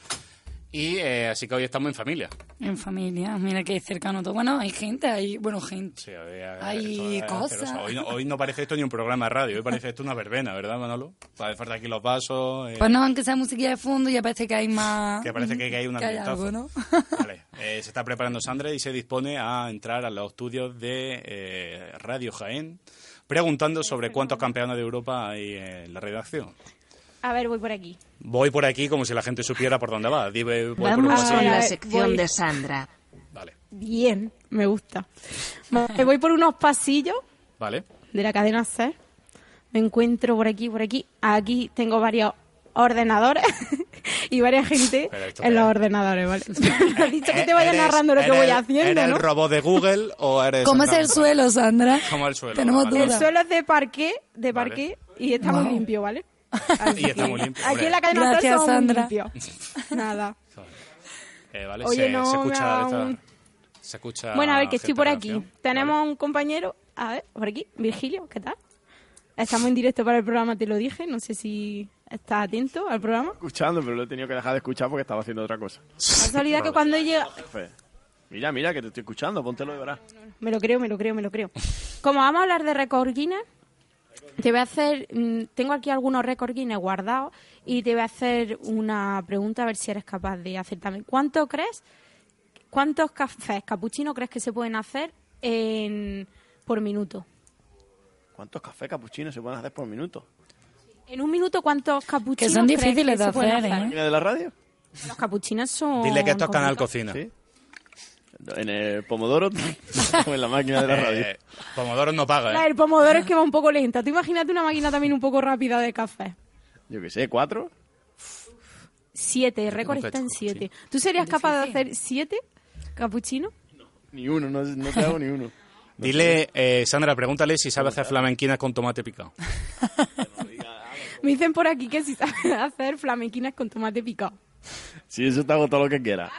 Y eh, así que hoy estamos en familia.
En familia, mira que cercano todo. Bueno, hay gente, hay, bueno, gente.
Sí, hoy, eh,
Hay
esto es
cosas.
asqueroso. Hoy no, hoy no parece esto ni un programa de radio, hoy parece esto una verbena, ¿verdad, Manolo? Vale, falta aquí los vasos. eh,
Pues no, aunque sea musiquilla de fondo, ya parece que hay más...
<laughs> Que parece que hay un
que hay
ambientazo.
algo, ¿no?
Vale, eh, se está preparando Sandra y se dispone a entrar a los estudios de eh, Radio Jaén preguntando sobre cuántos campeones de Europa hay en la redacción.
A ver, voy por aquí.
Voy por aquí como si la gente supiera por dónde va. Di- voy por
Vamos
un
con
pasillo.
Pues la sección
voy.
de Sandra.
Bien, me gusta. Me voy por unos pasillos
Vale.
de la cadena C. Me encuentro por aquí, por aquí. Aquí tengo varios
ordenadores <laughs> y varias gente
Pero esto
en
qué
los
es.
ordenadores, ¿vale? Me
<laughs>
has dicho que te vaya
¿Eres-
narrando lo que
eres-
voy haciendo,
¿Eres
¿no?
el robot de Google o eres...?
¿Cómo es
Sandra?
el suelo, Sandra?
¿Cómo es el suelo?
Tenemos
Vale,
El
vale.
suelo es de parqué, de parqué y está muy limpio, ¿vale?
<laughs> Y está muy limpio.
Aquí
hombre.
en la cadena natal
Gracias,
somos muy
Sandra.
limpios.
<laughs>
Nada.
Eh, vale,
Oye,
se,
no,
se escucha...
no,
esta-
un-
se escucha
Bueno, a ver, que estoy
cierta
por aquí.
canción.
Tenemos un compañero, a ver, por aquí, Virgilio, ¿qué tal? Estamos en directo para el programa, te lo dije, no sé si estás atento al programa.
escuchando, pero lo he tenido que dejar de escuchar porque estaba haciendo otra cosa.
Casualidad que cuando llega...
Jefe, Mira, mira, que te estoy escuchando, póntelo y verás.
Me lo creo, me lo creo, me lo creo. Como vamos a hablar de récord Guinness, te voy a hacer... mm, Tengo aquí algunos récord Guinness guardados y te voy a hacer una pregunta a ver si eres capaz de acertarme. ¿Cuánto crees, cuántos cafés capuchinos crees que se pueden hacer en, por minuto?
¿Cuántos cafés capuchinos se pueden hacer por minuto?
En un minuto, ¿cuántos capuchinos
Que son
crees
difíciles
que
de
se pueden
hacer, ¿eh?
¿Máquina de la radio?
Los capuchinos son...
Dile que esto es Canal
complicados.
Cocina.
Sí. En el Pomodoro <laughs> o en la máquina de la radio.
Eh, Pomodoro no paga,
La
¿eh?
del pomodoro es que va un poco lenta. Tú imagínate una máquina también un poco rápida de café.
Yo qué sé, ¿cuatro?
Siete, el récord está en siete. ¿Tú serías capaz de hacer siete capuchinos?
Ni uno, no, no te hago ni uno.
Dile, eh, Sandra, pregúntale si sabe hacer flamenquinas con tomate picado.
Me dicen por aquí que si sabes hacer flamenquinas con tomate picado.
Sí, eso te hago todo lo que quieras.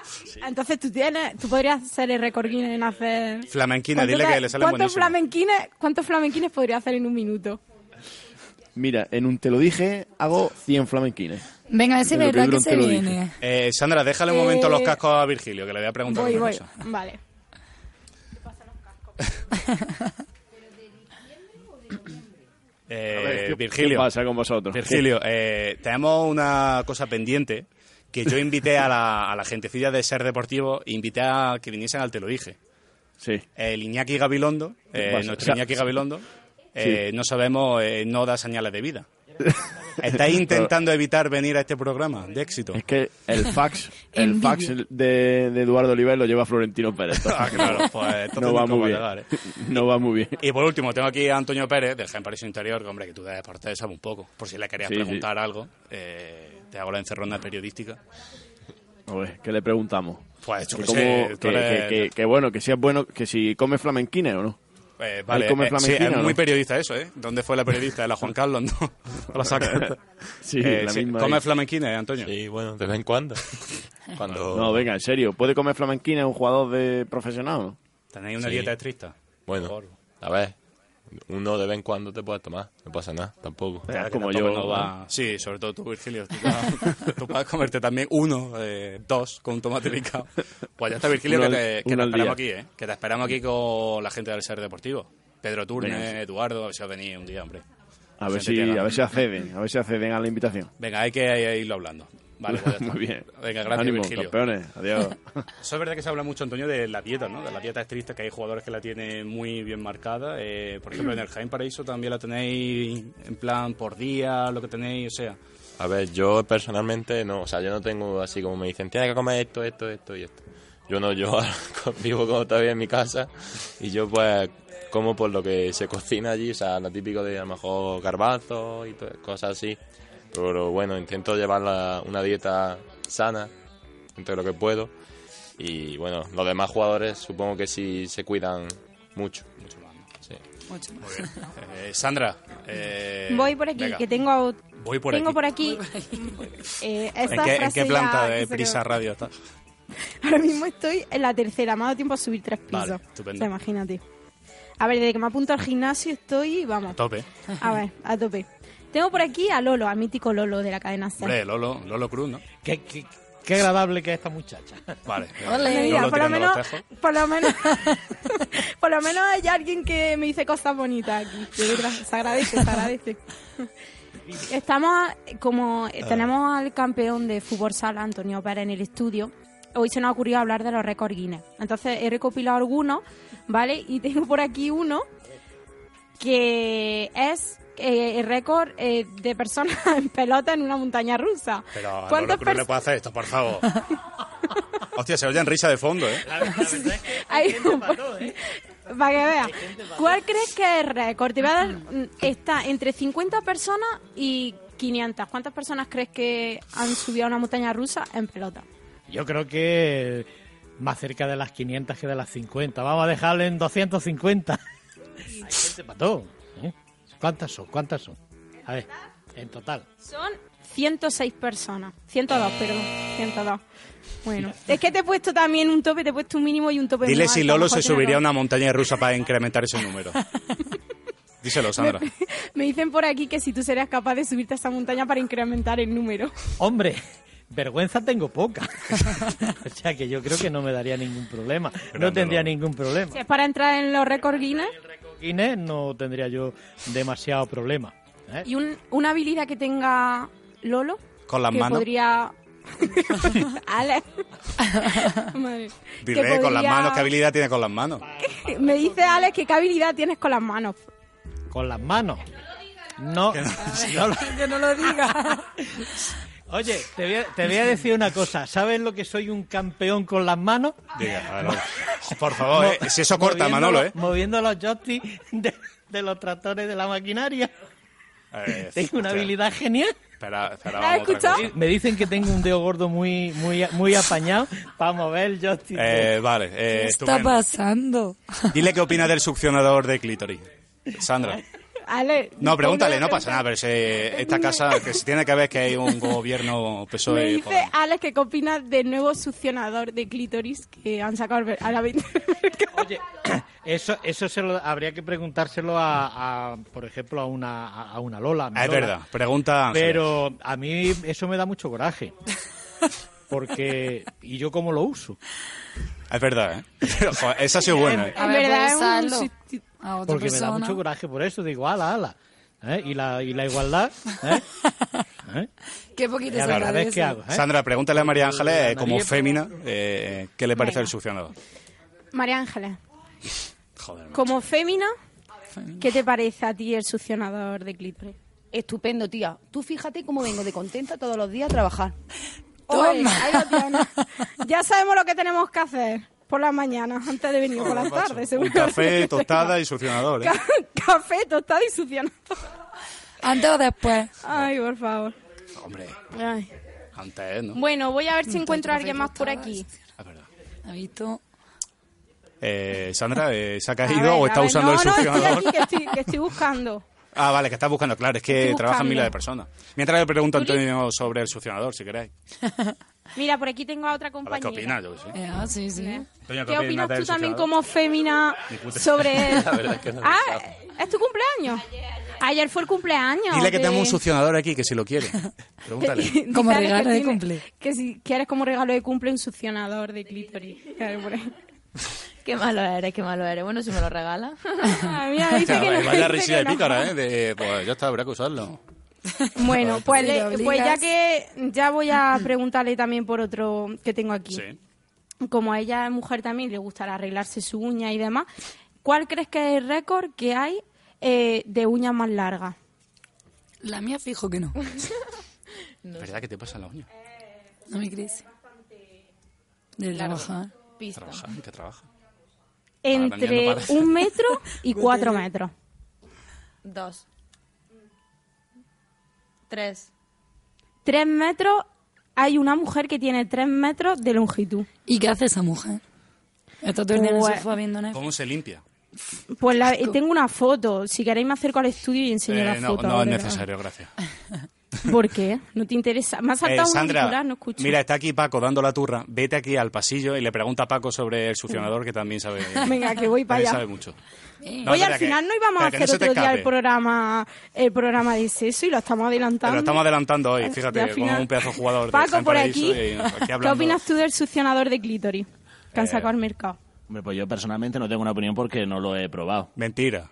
Entonces tú tienes, tú podrías ser el récord Guinness en hacer...
Flamenquina,
¿Cuántos
dile que
te-
le salen
¿cuántos
buenísimas.
flamenquines, ¿Cuántos flamenquines podría hacer en un minuto?
Mira, en un te lo dije, hago 100 flamenquines.
Venga, ese
Pero
verdad que
Pedro
se
te lo
viene.
Eh, Sandra, déjale un momento
Eh,
los cascos a Virgilio, que le voy a preguntar
Voy,
una
voy.
cosa.
Vale.
Eh,
A ver, ¿qué-
Virgilio,
qué pasa con vosotros?
Virgilio, eh, tenemos una cosa pendiente que yo invité a la, a la gentecilla de Ser Deportivo, invité a que viniesen al Te lo dije.
Sí.
El Iñaki Gabilondo,
¿Qué
eh,
pasa?
nuestro
O sea,
Iñaki Gabilondo, eh, no sabemos, eh, no da señales
<laughs>
de vida. Estáis
Pero-
intentando evitar venir a este programa de éxito.
Es que
<laughs>
el fax, el fax de, de Eduardo Oliver lo lleva Florentino Pérez.
<laughs> Ah,
<laughs>
claro, pues entonces
no va
nunca
muy
va a
bien.
llegar, ¿eh?
No va muy bien.
Y por último, tengo aquí a Antonio Pérez, del Gen Paraíso Interior, que hombre, que tú de deporte sabes un poco. Por si le querías
Sí, sí.
preguntar algo, eh, te hago la encerrona periodística.
A ver, ¿qué le preguntamos?
Pues, yo
que,
qué sé,
cómo-
tú
que-
eres-
que- que- que bueno, que si es bueno, que si come flamenquines o no.
Eh, vale,
¿Él come
eh, sí,
flamenquina
es
o no?
muy periodista eso, ¿eh? ¿Dónde fue la periodista? ¿La Juan Carlos? No, no la saca.
<laughs> Sí,
Eh,
la misma
¿Come
ahí.
flamenquina, eh, Antonio?
Sí, bueno, de vez en cuando. <laughs> cuando...
No, venga, en serio, ¿puede comer flamenquines un jugador de profesional o no?
¿Tenéis una
Sí.
dieta estricta?
Bueno, a ver, uno de vez en cuando te puedes tomar, no pasa nada, tampoco.
Venga,
Que
Ah, como yo. ¿eh?
tampoco no Ah, va- Sí, sobre todo tú, Virgilio. Tú,
<laughs>
ya- tú puedes comerte también uno, eh, dos, con un tomate picado.
<laughs>
Pues ya está, Virgilio,
Uno
que
al-
te, que te
uno al
esperamos aquí,
día.
¿eh? Que te esperamos aquí con la gente del Ser Deportivo. Pedro Turne,
Venga, sí.
Eduardo, a ver si os venís un día, hombre.
A ver
Gente
si,
que-
a ver si acceden, a ver si acceden a la invitación.
Venga, hay que irlo hablando. Vale, pues
<laughs>
ya está.
Muy bien.
Venga, gracias,
Ánimo,
Virgilio.
campeones. Adiós.
<laughs> Eso es verdad que se habla mucho, Antonio, de la dieta, ¿no? De la dieta estricta, que hay jugadores que la tienen muy bien marcada. Eh, por ejemplo, en el Jaén Paraíso también la tenéis en plan por día, lo que tenéis, o sea.
A ver, yo personalmente no, o sea, yo no tengo así como me dicen, tienes que comer esto, esto, esto y esto. Yo no, yo <laughs> vivo como todavía en mi casa y yo pues como por lo que se cocina allí, o sea, lo típico de a lo mejor garbanzos y to- cosas así. Pero bueno, intento llevar la- una dieta sana dentro de lo que puedo y bueno, los demás jugadores supongo que sí se cuidan mucho. Mucho más, sí.
Mucho más.
Eh, Sandra, eh,
Voy por aquí,
venga.
que tengo... a-
Voy por
tengo
aquí.
por <laughs> aquí... eh,
¿En
esta
qué, en
frase
qué planta
ya que
de
se quedó.
Prisa Radio estás?
<laughs> Ahora mismo estoy en la tercera, me ha dado tiempo a subir tres pisos.
Vale, estupendo.
O sea, imagínate. A ver, desde que me apunto al gimnasio estoy, vamos.
Tope.
A ver, a tope. Tengo por aquí a Lolo, a mítico Lolo de la cadena
Hombre,
Ser.
Lolo, Lolo Cruz, ¿no?
Qué, qué- qué agradable que es esta muchacha.
<laughs>
Vale. eh,
Mira,
Lolo
por lo
tirando
menos,
los tejos.
por lo menos, <laughs> por lo menos hay alguien que me dice cosas bonitas aquí. De verdad, se agradece, se agradece. Estamos eh, como eh, tenemos al campeón de fútbol sala, Antonio Pérez, en el estudio. Hoy se nos ha ocurrido hablar de los récords Guinness. Entonces he recopilado algunos, ¿vale? Y tengo por aquí uno que es eh, el récord eh, de personas <laughs> en pelota en una montaña rusa.
Pero a Lolo
¿Cuántas
Cruz le
pers-
puede hacer esto, por
<laughs>
favor. Hostia, se oyen risa de fondo, ¿eh?
Hay un par-
¿eh?
<laughs> Para que veas. ¿Cuál crees que es récord? Te voy a dar, mm, Está entre 50 personas y 500. ¿Cuántas personas crees que han subido a una montaña rusa en pelota?
Yo creo que más cerca de las 500 que de las 50. Vamos a dejarlo en 250. Hay gente para todo, ¿eh? ¿Cuántas son? ¿Cuántas son? A ver, en total.
Son 106 personas. 102, perdón. 102. Bueno, es que te he puesto también un tope, te he puesto un mínimo y un tope.
Dile
muy alto,
si
Pues a lo
Lolo
mejor
se
tiene
subiría a
razón.
una montaña rusa para incrementar ese
<laughs>
número. Díselo, Sandra.
Me dicen por aquí que si tú serías capaz de subirte a esa montaña para incrementar el número.
Hombre, vergüenza tengo poca. <laughs> o sea que yo creo que no me daría ningún problema. No tendría ningún problema.
Si es para entrar en los récords Guinness.
Guinness no tendría yo demasiado problema. ¿eh?
Y un- una habilidad que tenga Lolo.
Con las
que
<laughs>
manos.
podría... Ale. Madre.
Dile
que
con las
podría-
manos, ¿qué habilidad tiene con las manos?
Me dice Alex que qué habilidad tienes con las manos.
Con las manos. No, <laughs> no lo-
Que no lo
<laughs>
diga.
Oye, te voy, <laughs> a, te voy a decir una cosa. ¿Sabes lo que soy un campeón con las manos?
Diga, a ver, por favor, eh, si eso corta,
Moviendo
Manolo,
los-
¿eh?
Moviendo los joysticks de, de los tractores de la maquinaria.
<laughs>
Eh,
Tengo una
hostia.
habilidad genial.
Espera, espera,
¿La has
vamos, otra
escuchado?
cosa.
Me dicen que tengo un dedo gordo muy muy muy apañado para mover el joystick.
Eh, vale, eh, estupendo.
pasando?
Dile qué opina del succionador de clítoris. Sandra.
Ale.
No, pregúntale, no pasa nada, pero se- esta casa, que se tiene que ver que hay un gobierno
Me
PSOE...
dice Alex que qué opina del nuevo succionador de clítoris que han sacado al ver- a la venta.
Eso eso se lo habría que preguntárselo a, a, por ejemplo a una a- a una Lola. mi
Ah, Es
Lola.
verdad, pregunta... Ángela.
Pero a mí eso me da mucho coraje. Porque y yo cómo lo uso?
Es verdad, ¿eh? Pero, joder, esa ha sido buena, ¿eh?
A
En
ver,
verdad
puedes
es un
usarlo
susti-
a otra
Porque me da
persona.
mucho coraje por eso, digo, ala, ala. ¿Eh? ¿Y, la, y la igualdad, ¿eh? ¿Eh?
Qué poquito
Ya
se
verás,
agradece.
¿qué hago, eh?
Sandra, pregúntale a María Ángeles, eh, como
Nadie-
fémina, eh, qué le parece el succionador.
María Ángela,
Joder,
como fémina, ¿qué te parece a ti el succionador de clítoris?
Estupendo, tía. Tú fíjate cómo vengo de contenta todos los días a trabajar.
Oye, ahí lo tienes. ya sabemos lo que tenemos que hacer por la mañana, antes de venir por las tardes,
Un
seguro.
café, tostada y succionador, ¿eh?
Café, tostada y succionador.
Antes o después.
Ay, por favor.
Hombre,
Ay.
antes, ¿no?
Bueno, voy a ver si
Entonces,
encuentro a alguien
café,
más por
tostada,
aquí.
¿Has visto?
Eh, Sandra, eh, ¿se ha
A
caído
ver,
o
a
está
ver,
usando
no,
el
No,
succionador?
estoy aquí, que estoy, que estoy buscando.
Ah, vale, que estás buscando, claro, es que
Estoy
trabajan
buscando.
miles de personas. Mientras le pregunto a Antonio sobre el succionador, si queréis.
Mira, por aquí tengo a otra
A ver
compañera.
qué opinas, yo que sé.
Ah, sí, sí.
Antonio,
¿Qué opinas
del
tú también
succionador?
como fémina
Ni puta
<laughs>
idea.
sobre...?
La verdad es que no lo
ah, ¿es tu cumpleaños? Ayer fue el cumpleaños.
Dile que
de-
tenemos un succionador aquí, que si
<laughs>
lo quiere. Pregúntale.
Dice
Como
Alex que
regalo de
tiene-
cumple.
Que si quieres como regalo de cumple un succionador de clítoris. Claro, por ahí.
<laughs> Qué malo eres, qué malo eres. Bueno, si me lo
<laughs>
regala.
Ah, mira, dice que no,
Vaya
dice
risilla de
que no.
pícara, ¿eh? De, pues ya está, habrá que usarlo.
Bueno,
<laughs>
pues,
Si
le-
lo obligas.
pues ya que ya voy a preguntarle también por otro que tengo aquí. Como a ella es mujer también le gustará arreglarse su uña y demás, ¿cuál crees que es el récord que hay eh, de uña más larga?
La mía fijo
<laughs>
que no.
¿Verdad que te pasa la uña?
No me crees. De
Largo.
trabajar.
Pista.
Trabaja, que trabaja. Ahora
Entre
mismo no parece.
un metro y cuatro metros.
Dos. Tres.
Tres metros, hay una mujer que tiene tres metros de longitud.
¿Y qué hace esa mujer? Está todo el día en el
Pues-
sofá viendo Netflix.
<laughs> ¿Cómo se limpia?
Pues la- eh, tengo una foto, si queréis me acerco al estudio y enseño
Eh,
la
no,
foto.
no es
ahora.
necesario, <laughs> gracias.
¿Por qué? ¿No te interesa? Me ha
Eh,
saltado un
Sandra,
auricular, no escucho.
mira, está aquí Paco dando la turra. Vete aquí al pasillo y le pregunta a Paco sobre el succionador, que también
<laughs>
sabe,
Venga, que
<laughs>
voy para
también
allá.
sabe mucho. No,
Oye,
espera,
al
que-
final no íbamos a
espera, que no
hacer
se te
otro día el
escape.
programa, el programa de sexo y lo estamos
Pero
adelantando.
estamos adelantando hoy,
Y al
fíjate, como
final-
un pedazo de jugador. de
Paco,
San
por
Paraíso
aquí.
y aquí
¿Qué
hablando. Eh,
opinas tú del succionador de clítoris que han sacado al mercado?
Hombre, pues yo personalmente no tengo una opinión porque no lo he probado.
Mentira.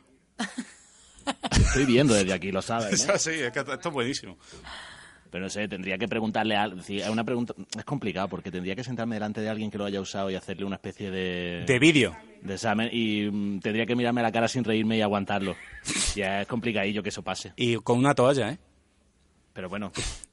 Estoy viendo desde aquí, lo
<laughs>
sabes. ¿eh?
sí, es que esto es buenísimo.
Pero no sé, tendría que preguntarle a si hay una pregunta es complicado porque tendría que sentarme delante de alguien que lo haya usado y hacerle una especie de
De vídeo.
de examen y mm, tendría que mirarme a la cara sin reírme y aguantarlo. ya es complicadillo que eso pase.
Y con una toalla, ¿eh?
Pero bueno,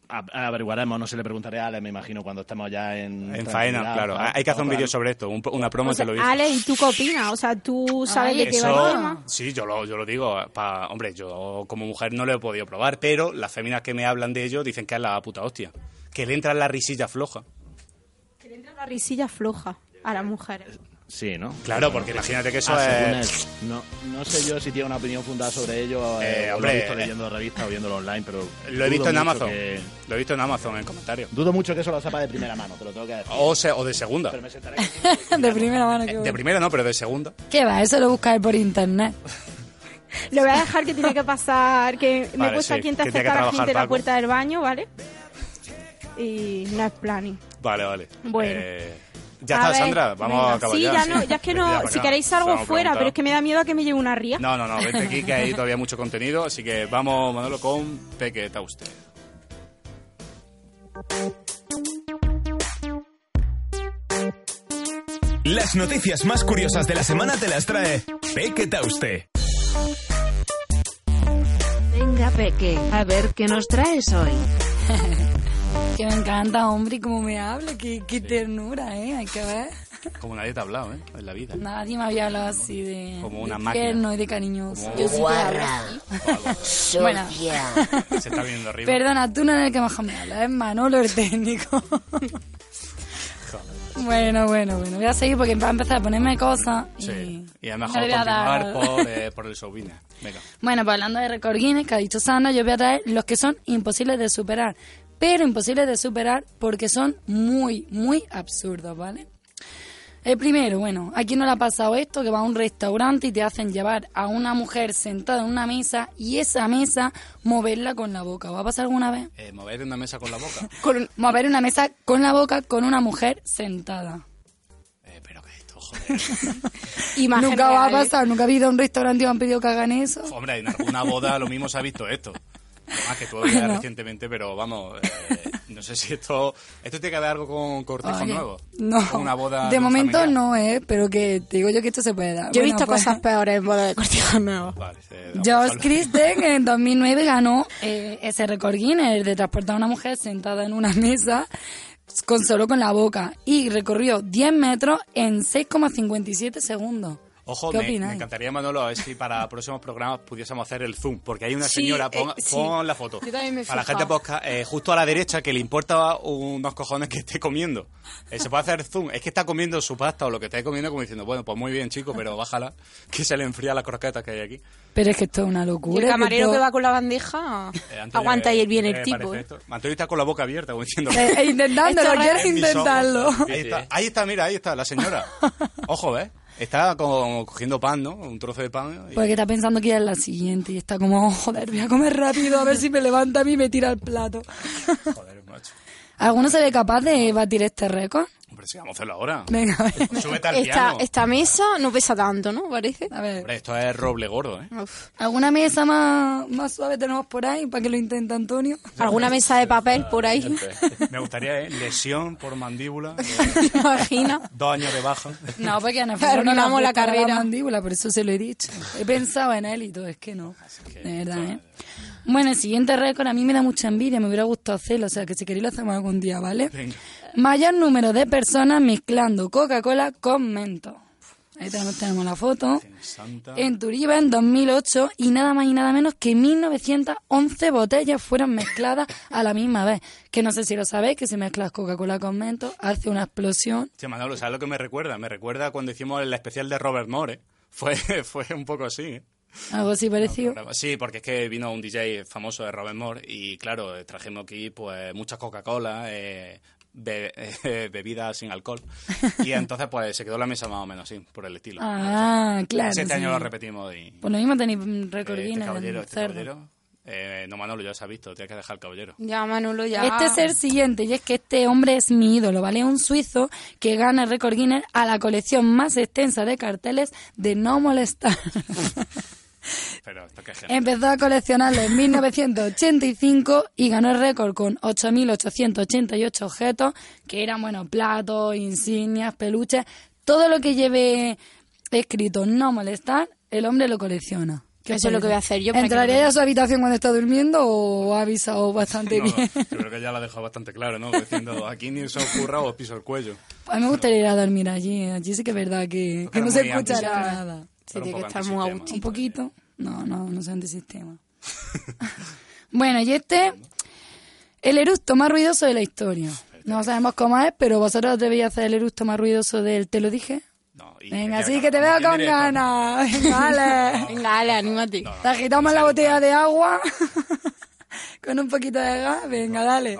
a- averiguaremos, no se le preguntaré a Ale, me imagino, cuando estemos ya en...
En faena,
tranquilidad,
claro.
tal,
Hay que hacer un
tal.
vídeo sobre esto, un po- una promo
O sea,
te lo
Pues,
dice.
Ale, ¿y tú qué opinas? O sea, tú sabes de qué va
Ah,
el tema.
Eso, sí, yo lo, yo lo digo. pa- hombre, yo como mujer no lo he podido probar, pero las féminas que me hablan de ello dicen que es la puta hostia. Que le entra la risilla floja.
Que le entra la risilla floja a las mujeres.
Sí, ¿no?
Claro, porque imagínate que eso
Ah, según
es...
él. No, no sé yo si tiene una opinión fundada sobre ello.
Eh,
eh, o
hombre,
lo he visto
eh,
leyendo revistas o viéndolo online, pero.
Lo he
dudo
visto en
mucho
Amazon.
que-
Lo he visto en Amazon en comentarios.
dudo mucho que eso lo sepa de primera mano, te lo tengo que decir.
O, se- o de segunda.
Pero me sentaré.
<laughs> De primera mano, qué
De
bueno.
primera no, pero de segunda.
¿Qué va? Eso lo buscáis por internet.
Lo voy a dejar que tiene que pasar, que me he
Vale,
puesto
sí,
aquí en te
que tiene
acerca
que
la
trabajar
gente en la
Paco.
puerta del baño, ¿vale? Y no es planning.
Vale, vale.
Bueno.
Eh, ya
A
está,
ver,
Sandra. Vamos
venga.
a acabar
Sí,
ya. pues
ya, no, ya es que
Vete
no,
ya para
si
acá.
queréis salgo
Estamos
fuera, pero es que me da miedo a que me lleve una ría.
No, no, no,
<laughs>
vente aquí que hay todavía mucho contenido, así que vamos, Manolo, con Peque Tauste.
Las noticias más curiosas de la semana te las trae Peque Tauste.
Venga, Peque, a ver qué nos traes hoy.
Que me encanta, hombre, y cómo me habla, qué, qué ternura, ¿eh? Hay que ver.
Como nadie te ha hablado, ¿eh? En la vida.
Nadie me había hablado así de.
Como una
de
máquina.
tierno y de cariñoso.
Como- Yo sí que hablo
<laughs> así. bueno,
Se está viendo arriba.
perdona, tú no eres el que más me habla, es Manolo el técnico. <laughs> bueno, bueno, bueno. Voy a seguir porque va a empezar a ponerme cosas. y-
Sí. Y es
No
mejor
le voy a
continuar
dar.
por,
<laughs>
eh, por el Sobina. Venga.
Bueno, pues hablando de récord Guinness, que ha dicho Sandra, yo voy a traer los que son imposibles de superar. Pero imposibles de superar porque son muy, muy absurdos, ¿vale? El primero, bueno, ¿a quién no le ha pasado esto? Que va a un restaurante y te hacen llevar a una mujer sentada en una mesa y esa mesa moverla con la boca. ¿Va a pasar alguna vez?
Eh, mover una mesa con la boca. <laughs>
Con un- mover una mesa con la boca con una mujer sentada. <laughs>
Imagen
nunca va a
real, ¿eh?
pasar, nunca ha habido un restaurante y me han pedido que hagan eso.
Hombre, en alguna boda lo mismo se ha visto esto. Lo Más que tú habías
Bueno.
recientemente, pero vamos, eh, no sé si esto... Esto tiene que haber algo con cortejo
Oye,
Pues nuevo.
No,
Con una boda
de momento
familiar.
no es, pero que te digo yo que esto se puede dar.
Yo he
Bueno,
visto
pues,
cosas peores en boda de cortijo nuevo.
Josh
<laughs>
Christen en 2009 ganó eh, ese récord Guinness de transportar a una mujer sentada en una mesa con solo con la boca y recorrió 10 metros en 6,57 segundos.
Ojo,
¿Qué
me, me
opináis?
encantaría, Manolo, a ver si para próximos programas pudiésemos hacer el zoom, porque hay una
Sí,
señora,
eh,
pon,
sí.
pon la foto.
Yo también me he
para la
fijado.
gente posca, eh, justo a la derecha, que le importa unos cojones que esté comiendo. Eh, se puede hacer zoom. Es que está comiendo su pasta o lo que esté comiendo, como diciendo, bueno, pues muy bien, chico, pero bájala, que se le enfría las croquetas que hay aquí.
Pero es que esto es una locura.
Y el
que
camarero
esto-
que va con la bandeja
Eh, Antonio,
aguanta
eh,
y viene
eh,
el tipo.
parece esto. Antonio está con la boca abierta, como diciendo.
Eh, eh, intentándolo,
Esto es
quieres
real. En mis ojos.
intentarlo.
Ahí está, ahí está, mira, ahí está, la señora.
<laughs>
Ojo, ¿ves? Está como cogiendo pan, ¿no? Un trozo de pan. y-
Porque está pensando que ya es la siguiente y está como, "Oh, joder, voy a comer rápido a ver si me levanta a mí y me tira el plato.
Joder, macho.
¿Alguno se ve capaz de batir este récord?
Hombre, sí, vamos a hacerlo ahora.
Venga,
Súbete al
Esta,
piano.
esta mesa no pesa tanto, ¿no? Parece.
A ver.
Hombre, esto es roble gordo, ¿eh?
¿Alguna mesa más, más suave tenemos por ahí para que lo intente Antonio?
¿Alguna mesa de papel por ahí?
Me gustaría, ¿eh? Lesión por mandíbula.
<laughs> Imagina.
Dos años de baja.
No, porque Ana
Pero
Flor no le
arruinamos la
gusta
carrera.
La mandíbula, por eso se lo he dicho. He pensado en él y todo, es que no. De verdad, ¿eh? Bueno, el siguiente récord a mí me da mucha envidia, me hubiera gustado hacerlo, o sea que si queréis lo hacemos algún día, ¿vale? Mayor número de personas mezclando Coca-Cola con Mentos. Ahí tenemos, tenemos la foto. En Turiba, en 2008, y nada más y nada menos que 1911 botellas fueron mezcladas a la misma vez. Que no sé si lo sabéis, que si mezclas Coca-Cola con Mentos, hace una explosión.
Sí, Manolo, ¿sabes lo que me recuerda? Me recuerda cuando hicimos el especial de Robert Moore. ¿eh? <laughs> Fue, fue un poco así, ¿eh?
Algo así parecido.
Sí, porque es que vino un DJ famoso de Robert Moore y, claro, eh, trajimos aquí pues muchas Coca-Cola, eh, be- eh, <laughs> bebidas sin alcohol. Y entonces, pues, se quedó la mesa más o menos así, por el estilo.
Ah, claro.
Ese
sí.
Este año lo repetimos y...
Por lo mismo tenéis un récord
Eh, este
Guinness
caballero,
del
este
cerdo.
caballero. Eh, no, Manolo, ya se ha visto, tienes que dejar el caballero.
Ya, Manolo, ya.
Este es el siguiente, y es que este hombre es mi ídolo, ¿vale? Un suizo que gana el récord Guinness a la colección más extensa de carteles de No Molestar.
Pero esto que es gente.
Empezó a coleccionarlo en 1985 y ganó el récord con 8.888 objetos, que eran, bueno, platos, insignias, peluches, todo lo que lleve escrito No Molestar, el hombre lo colecciona.
Eso es lo que voy a hacer yo para que
¿Entraría
no-
a su habitación cuando está durmiendo o ha avisado
<laughs>
bastante
No,
bien?
yo creo que ya lo ha dejado bastante claro, ¿no? Diciendo, aquí ni se ocurra o os piso el cuello.
A mí me gustaría ir a dormir allí. Allí sí que es verdad que, que no
eres
se
muy
escuchará
antisistema.
nada.
Sí, Pero un tiene que poco estar muy antisistema.
Un poquito. No, no, no soy antisistema. <laughs> bueno, y este, el eructo más ruidoso de la historia. No sabemos cómo es, pero vosotros debéis hacer el eructo más ruidoso del te lo dije. Venga, sí, que te veo con
<laughs>
ganas. Venga, Ale.
Venga, Ale, anímate.
Te agitamos la botella de agua con un poquito de gas. Venga, dale.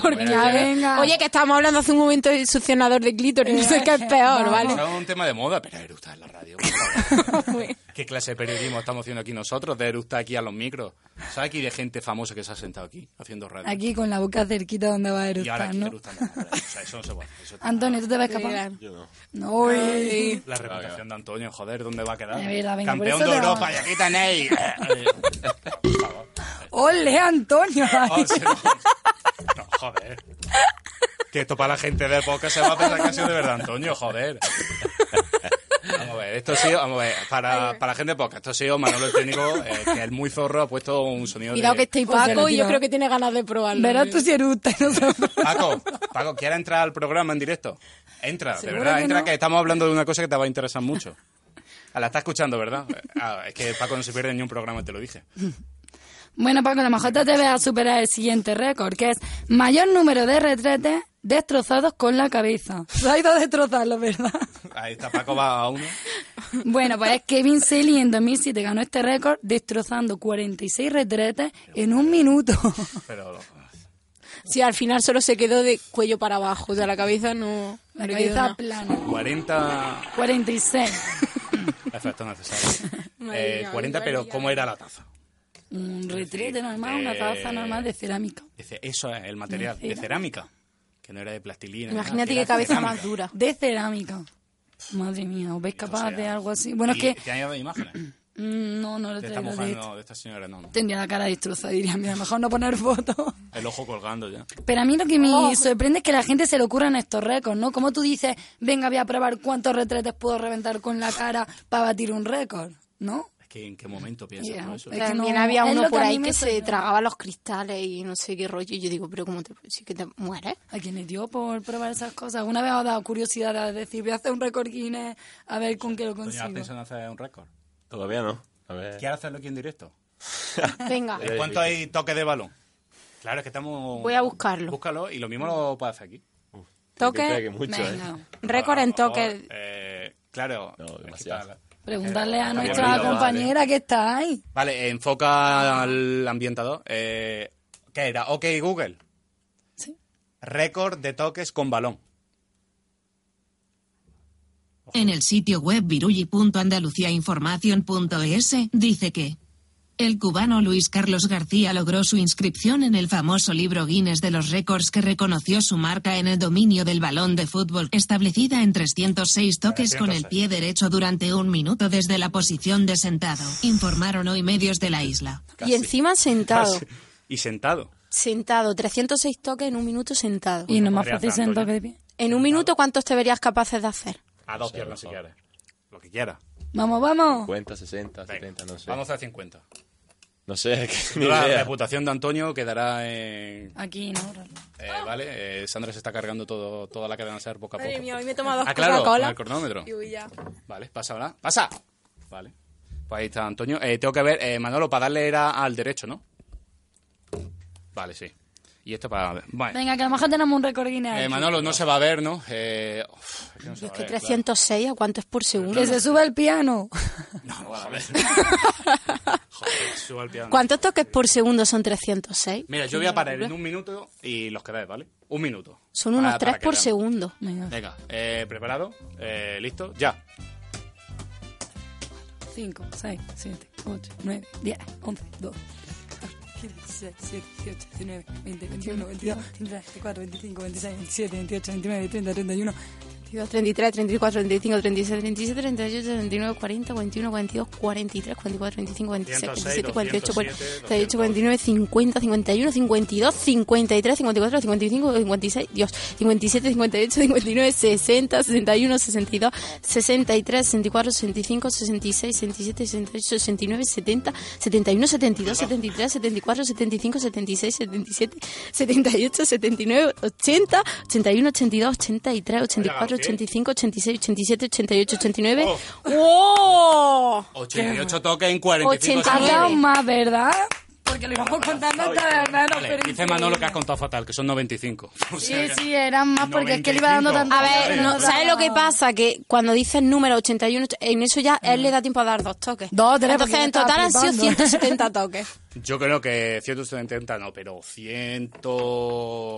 Porque
Venga,
ya-
venga.
Oye, que estábamos hablando hace un momento de succionador de clítoris, no sé qué es peor, ¿vale? <laughs>
Es un tema de moda, pero eructa en la radio. por favor. ¿Qué clase de periodismo estamos haciendo aquí nosotros? De eructar aquí a los micros. ¿Sabes aquí de gente famosa que se ha sentado aquí haciendo radio?
Aquí con la boca cerquita donde va a
y ahora
eructar,
aquí
¿no?
eructan en la radio. O sea, eso no se puede. hacer, eso está-
Antonio, ¿tú te vas a escapar?
Yo no.
No, uy.
La reputación de Antonio, joder, ¿dónde va a quedar?
De verdad, venga, por
Campeón
eso
de
te
Europa,
vamos.
y aquí tenéis.
<laughs> ¡Ole, Antonio!
<laughs> Oh, sí, no. No, joder. Que esto para la gente de podcast se va a pensar que ha sido de verdad, Antonio, joder. Vamos a ver, esto ha sido, vamos a ver, para, para la gente de podcast, esto ha sido Manolo el técnico, eh, que el muy zorro ha puesto un sonido
Cuidado que
de...
estáis Paco y yo
tío.
creo que tiene ganas de probarlo. ¿eh?
Verás tú si eructa y no se-
Paco, Paco, ¿quieres entrar al programa en directo? Entra, de
¿Seguro
verdad,
que
entra,
no?
que estamos hablando de una cosa que te va a interesar mucho. Ah, La estás escuchando, ¿verdad? Ah, es que Paco no se pierde ni un programa, te lo dije.
Bueno, Paco, a lo mejor te debes a superar el siguiente récord, que es mayor número de retretes destrozados con la cabeza. Se ha ido a destrozarlo, ¿verdad?
Ahí está, Paco va a uno.
Bueno, pues es Kevin Selly en 2007 ganó este récord destrozando 46 retretes en un minuto.
Pero
Si al final solo se quedó de cuello para abajo, o sea, la cabeza no... no
La
le
cabeza
quedó nada.
40...
46.
Efectos necesarios.
<laughs> Madre
Eh,
mía,
40,
madre
pero
mía.
¿cómo era la taza?
Un retrete normal, una
Eh,
taza normal de cerámica.
Dice, eso es el material,
De
de cerámica, que no era de plastilina.
Imagínate
era
qué cabeza
cerámica.
más dura. De cerámica. Madre mía, ¿os veis capaz de algo así? Bueno, es
Y
que...
Te han dado imágenes.
<clears throat> mm, No, no lo
De esta
traigo.
mujer,
de
no,
esto.
de esta señora, no, no.
Tendría la cara destrozada, diría, mira, mejor no poner fotos. Oh.
El ojo colgando ya.
<laughs> Pero a mí lo que me sorprende es que a la gente se le ocurran estos récords, ¿no? Como tú dices, venga, voy a probar cuántos retretes puedo reventar con la cara para batir un récord, ¿no?
Es que en qué momento piensas
Ya,
tú eso.
es que
También
no-
había
es lo
uno
que
por
a mí
ahí
me
que se
sorprende.
tragaba los cristales y no sé qué rollo. Y yo digo, pero ¿cómo te sí que te mueres?
¿A quién le dio por probar esas cosas? ¿Alguna vez os ha dado curiosidad a decir, voy a hacer un récord Guinness a ver con qué lo
Antonio, ¿has
consigo?
pensado en hacer un récord?
Todavía no. A ver.
¿Quieres hacerlo aquí en directo?
<laughs> Venga.
¿En cuánto hay toque de balón? Claro, es que estamos...
Voy a buscarlo.
Búscalo y lo mismo lo puedes hacer aquí.
Toque.
Yo creo que mucho,
Venga.
¿eh?
Récord en
Por-
toque.
eh, claro. demasiado.
Preguntarle a
Había
nuestra
olvidado,
compañera que está ahí.
Vale,
Ah.
enfoca al ambientador. Eh, ¿Qué era? Ok, Google.
Sí.
Récord de toques con balón.
En el sitio web virulli.andaluciainformación.es dice que el cubano Luis Carlos García logró su inscripción en el famoso libro Guinness de los récords que reconoció su marca en el dominio del balón de fútbol, establecida en 306 toques con el pie derecho durante un minuto desde la posición de sentado, informaron hoy medios de la isla.
Y encima sentado.
Casi. Y sentado.
Sentado. 306 toques en un minuto sentado.
Y no más
Podría
fácil
hacer
sentar
Antonio.
que de pie.
En un minuto, ¿cuántos te verías capaces de hacer?
A dos piernas si quieres. Lo que quieras.
Vamos, vamos.
50, 60, 70, no sé.
Vamos a 50.
No sé, <laughs> es que <laughs> ni
La
idea.
reputación de Antonio quedará en...
Ah,
Aquí, ¿no?
eh, vale, eh, Sandra se está cargando todo, toda la cadena ser poco a poco.
Madre mía, hoy me he tomado dos
Ah, claro,
Coca-Cola.
con el cronómetro.
Y voy ya.
Vale, pasa ahora. ¡Pasa! Vale. Pues ahí está Antonio. Eh, tengo que ver, eh, Manolo, para darle era al derecho, ¿no? Vale, sí. Y esto para... Vale.
Venga, que a lo mejor tenemos un récord Guinness.
Eh,
aquí.
Manolo, no se va a ver, ¿no? Eh, uf, es que no se
Es
va a
que
ver,
306, ¿a cuánto es por segundo?
Que se suba el
<laughs>
piano.
claro. No, vale. <laughs> Joder, suba al piano.
¿Cuántos toques por segundo son 306?
Mira, yo voy a parar en un minuto y los quedáis, ¿vale? Un minuto.
Son
Para-
unos
para
3
que
por
veamos.
segundo.
Venga, eh, ¿preparado? Eh, ¿Listo? Ya.
5, 6, 7, 8, 9, 10, 11, 12. 15, 16, 17, 18, 19, 20, 21, 22, 23, 24, 25, 26, 27, 28, 29, 30, 31,
32, 33, 34, 35, 36, 37, 38, 39, 40, 41, 42, 43, 44, 25, 26, 27, 48, 48, 49, 50, 51, 52, 53, 54, 55, 56, Dios, 57, 58, 59, 60, 61, 62, 63, 64, 65, 66, 67, 68, 69, 70, 71, 72, 73, 74, 75, 76, 77, 78, 79, 80, 81, 82, 83, 84, 85, 86, 87, 88, 89.
Oh.
¡Wow!
88 toques en 45
Ha dado
segundos.
más, ¿verdad? Porque lo íbamos contando hasta de verdad, no,
Vale,
pero
dice Manolo que has contado fatal, que son 95. <laughs> O sea
Sí,
que-
sí, eran más porque es que le iba dando tanto.
A ver, no, ¿sabes lo que pasa? Que cuando dices número 81, en eso ya él le da tiempo a dar dos toques.
Mm. Dos, tres,
Entonces,
porque
en
yo
total
estaba
han sido
flipando. <laughs>
170 toques.
Yo creo que 170 no, pero 100...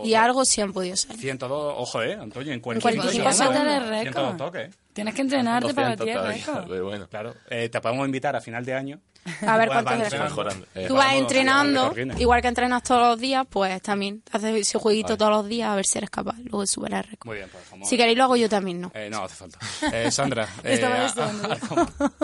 Y algo sí han podido ser.
102, ojo, eh, Antonio, en
En
45
45
segundos.
segundos.
102 toques.
Tienes que entrenarte para
200
batir el
todavía,
récord.
pero bueno. Claro, eh, te podemos invitar a final de año.
A ver
Bueno,
cuántos
vamos
eran.
mejorando. Eh,
Tú vas
vamos
entrenando,
mejorando Guinness.
igual que entrenas todos los días, pues también haces ese jueguito
Vale.
todos los días a ver si eres capaz luego de superar el récord.
Muy bien, por favor.
Si queréis lo hago yo también, ¿no?
Eh, no, hace falta. Eh, Sandra,
Te estaba
eh,
deseando.
<laughs>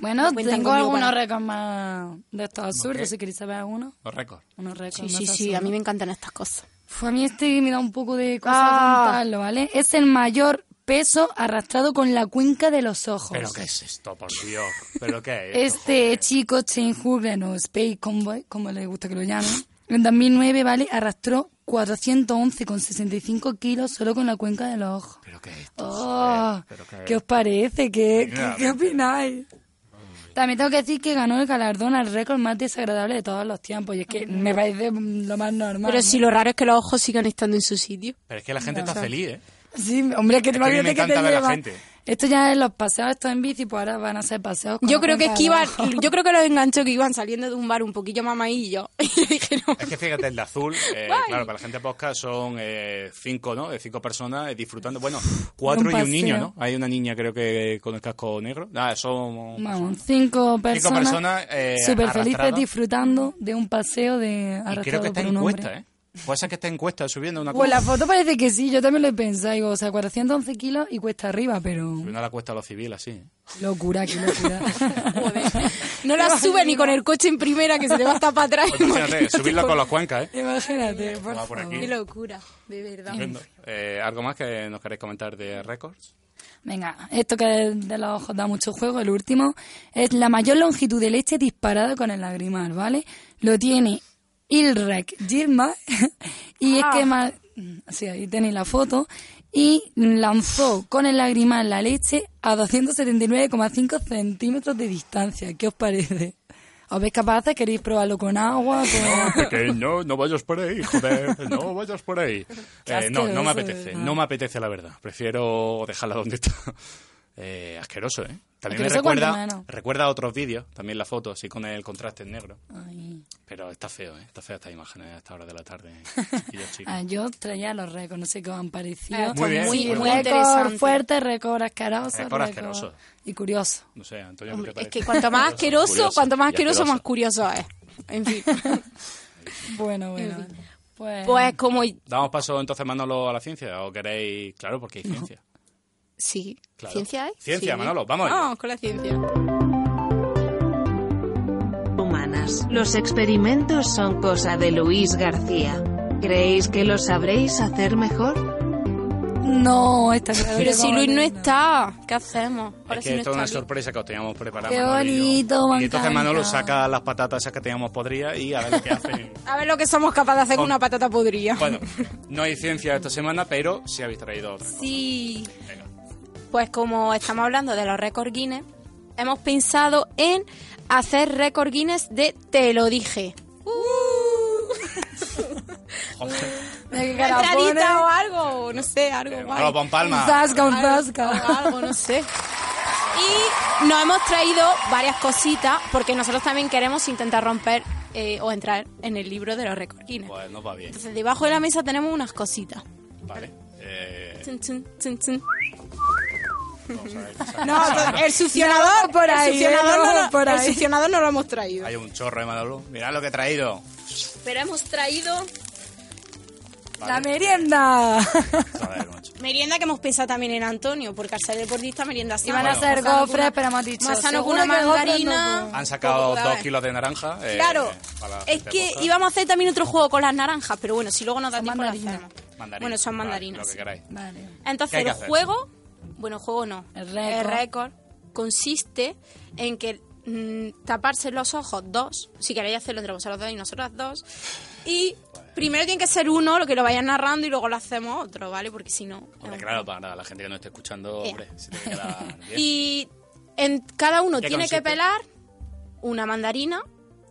Bueno,
cuentan
tengo
conmigo
algunos
para-
récords más de estos absurdos, si queréis saber alguno.
los récords.
Unos récords
Sí,
más
sí, sí,
absurdos.
a mí me encantan estas cosas.
Fue a mí este me da un poco de cosa
Ah.
contarlo, ¿vale? Es el mayor peso arrastrado con la cuenca de los ojos.
¿Pero qué es esto, por Dios? ¿Pero qué es esto?
Este chico, Shane Hogan o Space Convoy, como le gusta que lo llamen, en 2009, ¿vale? Arrastró 411,65 kilos solo con la cuenca de los ojos. ¿Pero
qué es
esto?
¿Pero
qué,
qué
os parece? ¿Qué, qué,
Mira,
qué opináis? También tengo que decir que ganó el galardón al récord más desagradable de todos los tiempos. Y es que me parece mm, lo más normal.
Pero
¿no?
si lo raro es que los ojos sigan estando en su sitio.
Pero es que la gente
No,
está
o sea,
feliz, ¿eh?
Sí, hombre, que te
Es que a mí me
imagínate que te
encanta ver a la
lleva.
gente.
Esto ya es los paseos, esto en bici, pues ahora van a ser paseos. con
Yo
la
creo que
cuenca
es
de
que
los
iban,
ojos.
yo creo que los enganchó que iban saliendo de un bar un poquillo
<laughs>
mamaillo.
Es que fíjate, el de azul, eh,
Guay.
claro, para la gente posca son eh, cinco, ¿no? Eh, Cinco personas eh, disfrutando. Bueno, cuatro
Un
y un niño,
paseo.
¿no? Hay una niña, creo que con el casco negro. Ah, son.
Vamos, cinco personas,
personas, eh,
súper felices
arrastradas.
disfrutando de un paseo de
Y
arrastrado
creo que está
por un
encuesta,
hombre.
¿eh? Puede ser que está encuesta subiendo una
Pues
cosa.
la foto parece que sí, yo también lo he pensado. Digo, o sea, 411 kilos y cuesta arriba, pero
Subiendo la cuesta a los civiles, así. ¿eh?
locura, qué locura.
No la sube ni con el coche en primera que se le va hasta para
<laughs>
atrás. <laughs>
Imagínate, subirlo con los cuencas, ¿eh?
Imagínate, por
Va por
favor.
aquí. Qué
locura, de verdad.
Estupendo. Eh, ¿Algo más que nos queréis comentar de <laughs> récords?
Venga, esto que de los ojos da mucho juego, el último, es la mayor longitud de leche disparada con el lagrimal, ¿vale? Lo tiene Ilrek Girma <laughs> y es que ma- sí, ahí tenéis la foto, y lanzó con el lagrimal la leche a 279,5 centímetros de distancia. ¿Qué os parece? ¿Os veis capaces? ¿Queréis probarlo con agua?
<laughs>
con-
Pequeño, no vayas por ahí, joder, no vayas por ahí. Eh, no, no
asqueroso,
me apetece,
¿verdad?
no me apetece la verdad. Prefiero dejarla donde está. <laughs> Eh, asqueroso, ¿eh? También me
Asqueroso cuanto
recuerda,
menos.
recuerda otros vídeos, también la foto, así con el contraste en negro.
Ay.
Pero está feo, ¿eh? Está fea estas imágenes a esta hora de la tarde. chiquillos, chicas.
Ah, yo traía los récords, no sé qué os han
Ah,
parecido.
está Muy bien, muy-
Sí,
muy
récord
interesante.
fuerte, récord asqueroso.
Récord
récord
asqueroso.
Y curioso.
No sé, Antonio, ¿qué
Hombre,
te
es
parece?
que cuanto más asqueroso,
Curioso,
cuanto más
y
asqueroso, más curioso es. En fin.
<laughs> Bueno, bueno. Pues,
Pues como
¿Damos paso entonces, Manolo, a la ciencia? ¿O queréis...? Claro, porque hay ciencia.
sí,
Claro.
ciencia es.
Ciencia,
¿eh? Sí.
Manolo, vamos. allá.
Vamos con la ciencia.
humanas. Los experimentos son cosa de Luis García. ¿Creéis que lo sabréis hacer mejor?
No, está claro.
Pero
que
si
vamos
Luis
a
no
tener-
está, ¿qué hacemos? Ahora
Es
si no
que esto es
está
una
Luis.
sorpresa que os teníamos preparada.
Qué
Manolo y yo.
bonito, me
Y
encanta.
entonces Manolo saca las patatas esas que teníamos podría y a ver qué hace.
A ver lo que somos capaces de hacer con
Con-
una patata podrida.
<laughs> bueno, no hay ciencia esta semana, pero sí habéis traído otra.
Sí. Pues como estamos hablando de los récords Guinness, hemos pensado en hacer récord Guinness de Te lo dije.
De
Una
carapones.
entradita o algo, no sé, algo guay.
Manolo, pon palma.
Zasca, un
Algo-
zasca.
o algo, no sé. Y nos hemos traído varias cositas porque nosotros también queremos intentar romper eh, o entrar en el libro de los récords Guinness.
Pues nos va bien.
Entonces, debajo de la mesa tenemos unas cositas.
Vale. Eh,
Chun, chun, chun, chun.
vamos a ver.
No, el succionador
No, por ahí,
el succionador,
eh, no,
no, lo-
por
el
ahí.
succionador no lo hemos traído.
Hay un chorro de Manolo. Mirad lo que he traído.
Pero hemos traído
¡La merienda!
Joder, macho.
Merienda que hemos pensado también en Antonio, porque al ser deportista merienda sana.
Iban a ser
Más sano que
gofres,
una-
pero hemos dicho,
Más sano que
seguro
una
que gofres
mandarina.
Han sacado
Todo,
dos
¿sabes?
kilos de naranja. eh,
Pues, Claro,
para la
es
gente
que
poca.
íbamos a hacer también otro juego con las naranjas, pero bueno, si luego nos da tiempo lo hacemos.
Mandarina.
Bueno, son
Vale,
mandarinas.
lo que
sí.
queráis. ¿Qué
Entonces,
hay que
el
hacer?
juego, bueno, juego no, el
récord.
récord consiste en que mm, taparse los ojos dos, si queréis hacerlo entre vosotros dos y nosotras dos, y primero tiene que ser uno lo que lo vayan narrando y luego lo hacemos otro, ¿vale? Porque si no...
Hombre, Eh, claro, para la gente que no esté escuchando,
Eh.
hombre, se tiene
<laughs>
que quedar bien.
Y en, cada uno
¿Qué
tiene
consiste?
que pelar una mandarina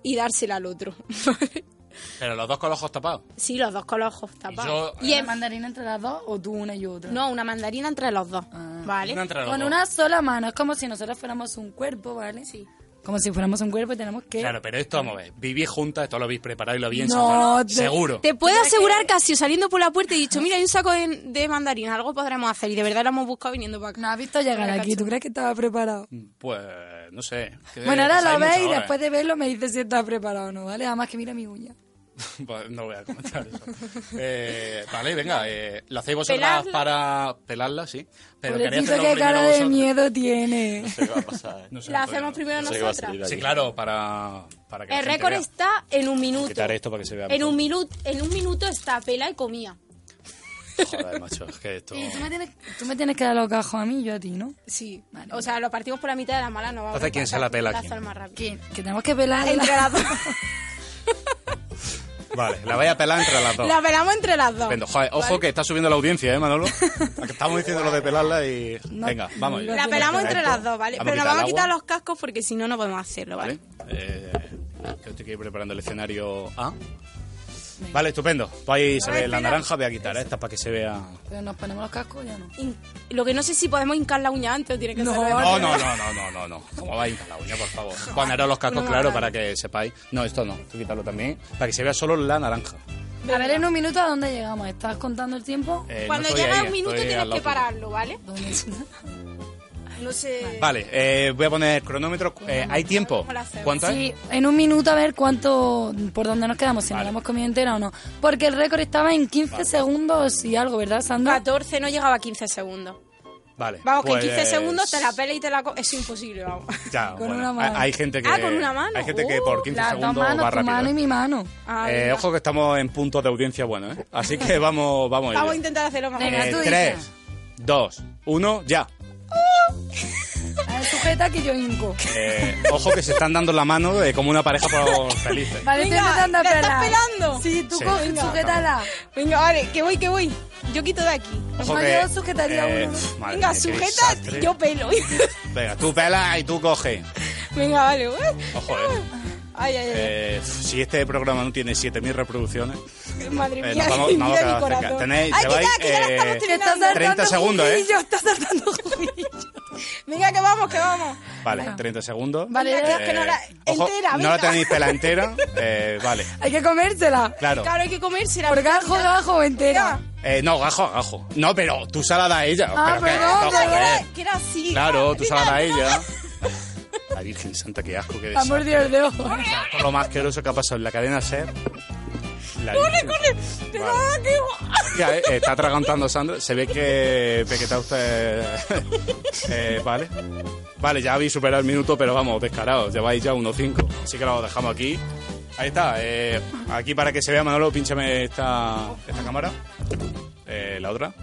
y dársela al otro. <laughs>
Pero los dos con los ojos tapados.
Sí, los dos con los ojos tapados.
yo-
¿Y, en mandarina entre las dos o tú una y otra? Ah. No, una mandarina entre los dos. ¿Vale?
Una entre los
Con
dos.
una sola mano, es como si nosotros fuéramos un cuerpo, ¿vale? Sí. Como si fuéramos un cuerpo y tenemos que...
Claro, pero esto, vamos a ver, vivís juntas, esto lo habéis preparado y lo habéis
No,
ensayado.
te-
Seguro.
Te puedo asegurar casi saliendo por la puerta he dicho, mira, hay un saco de, de mandarina, algo podremos hacer. Y de verdad lo hemos buscado viniendo para acá.
No has visto llegar aquí, ¿tú crees que estaba preparado?
Pues, no sé. Pues que
bueno, ahora
pasáis
lo
muchas
veis y
horas.
después de verlo me dices si está preparado o no, ¿vale? Además que mira mi uña.
<laughs> Pues no voy a comentar eso. Eh, vale, venga, eh, lo hacéis vosotras
Pelarla.
para pelarla, sí. Pero queréis
Pobrecito,
hacerlo
qué
primero
cara de
vosotras.
miedo tiene.
No sé,
La
Antonio,
hacemos primero
no sé qué va a
nosotras.
salir de aquí. Sí, claro, para, para que la
El
gente
récord
vea.
está en un minuto.
Quitar este, esto para que se vea.
En
mejor.
un, minuto en un minuto está pela y comía.
Joder, macho, es que esto.
Y tú me, tienes, <laughs> tú me tienes que dar los gajos a mí y yo a ti, ¿no?
Sí. O sea, lo partimos por la mitad de la mala, no va a
Entonces,
haber
¿quién se
más
la pela
rápido,
aquí?
hacer más rápido.
Que tenemos que pelar
Entre las
<laughs>
dos.
Vale, la vais a pelar entre las dos.
La pelamos entre las dos.
Estupendo. Joder, ojo que está subiendo la audiencia,
<laughs>
¿eh, Manolo? Que Estamos diciendo lo de pelarla y. Venga, vamos.
La pelamos entre las dos, ¿vale? Pero nos
la
vamos a quitar los cascos porque si no, no podemos hacerlo, ¿vale?
Eh, yo estoy aquí preparando el escenario A. Vale, estupendo. Pues ahí se
A ver,
ve la
espera.
naranja, voy a quitar esta para que se vea.
Pero nos ponemos los cascos ya no.
In- Lo que no sé si podemos hincar la uña antes o tiene que
No,
ser.
No, no, no, no, no, no, no. ¿Cómo vais a la uña, por favor?
<laughs>
Poneros los cascos,
No,
claro,
no.
para que sepáis. No, esto no. Tú quitarlo también. Para que se vea solo la naranja.
A ver, en un minuto, ¿a dónde llegamos? ¿Estás contando el tiempo?
Eh, no
Cuando
estoy
llega
ahí,
un minuto
estoy al Oh,
tienes
lado
que
tuyo.
pararlo, ¿vale? No sé.
Vale, eh, voy a poner cronómetro. Eh, ¿Hay tiempo? ¿Cuánto hay?
Sí, en un minuto a ver cuánto, por dónde nos quedamos, si nos la hemos comido entera o no. Porque el récord estaba en 15 segundos y algo, ¿verdad, Sandra?
14 no llegaba a 15 segundos.
Vale.
Vamos, que en 15
pues-
segundos te la pela y te la... co- Es imposible,
<laughs>
vamos.
Ya,
Con
bueno.
una mano.
Hay hay gente que.
Ah, con una mano.
Hay gente que por 15
Las dos
segundos
manos,
va
tu
rápido.
mano y
¿eh?
mi mano.
Ah,
Eh,
venga.
ojo que estamos en puntos de audiencia bueno, ¿eh? Así que vamos, vamos.
Vamos a intentar hacerlo más
Eh,
Venga, tú dices.
3, 2, 1, ya.
A ver, sujeta que yo hinco.
Eh, ojo que se están dando la mano eh, como una pareja por felices.
Vale,
Venga,
estoy empezando a
¿te estás
pelar.
pelando?
Sí, tú
Sí.
coge,
Venga.
sujétala.
Venga, vale, que voy, que voy. Yo quito de aquí.
Ojo
No,
que,
yo sujetaría
eh,
uno.
pf, madre
Venga,
mía, qué
sujeta,
desastre.
yo pelo. <laughs>
Venga, tú pelas y tú coges.
Venga, vale. ué.
Ojo, eh.
Ay, ay, ay.
Eh, pf, si este programa no tiene 7.000 reproducciones,
Madre
eh,
mía, <laughs>
nos vamos,
mira
nos vamos a
mi
quedar cerca.
corazón.
Tenéis,
Ay, que
lleváis
ya, que ya la estamos
eh,
terminando.
30 segundos, ¿eh?
Venga, que vamos, que vamos.
Vale, 30 segundos. Eh,
Vale, ya que no la-
ojo,
entera,
no la
venga.
tenéis pela entera. eh, vale.
Hay que comérsela.
Claro.
Claro, hay que comérsela.
Por gajo, gajo entera.
Eh, no, gajo, gajo. No, pero tú se la das a ella.
Ah,
pero que- eh.
perdón,
no,
perdón.
joder.
Que era así.
Claro, tú se la das a ella. La Virgen Santa, qué asco, qué
Ha
desastre.
mordido el dedo.
Esto es Lo más asqueroso que ha pasado en la cadena SER. La Virgen.
Pero,
Vale.
ah, qué guay.
Ya, eh, está atragantando Sandra. Se ve que Pequeta usted. <laughs> eh, vale. Vale, ya habéis superado el minuto, pero vamos, descarados. Lleváis ya 1.5. Así que lo dejamos aquí. Ahí está. eh, aquí para que se vea, Manolo, pínchame esta, esta cámara. Eh, la otra.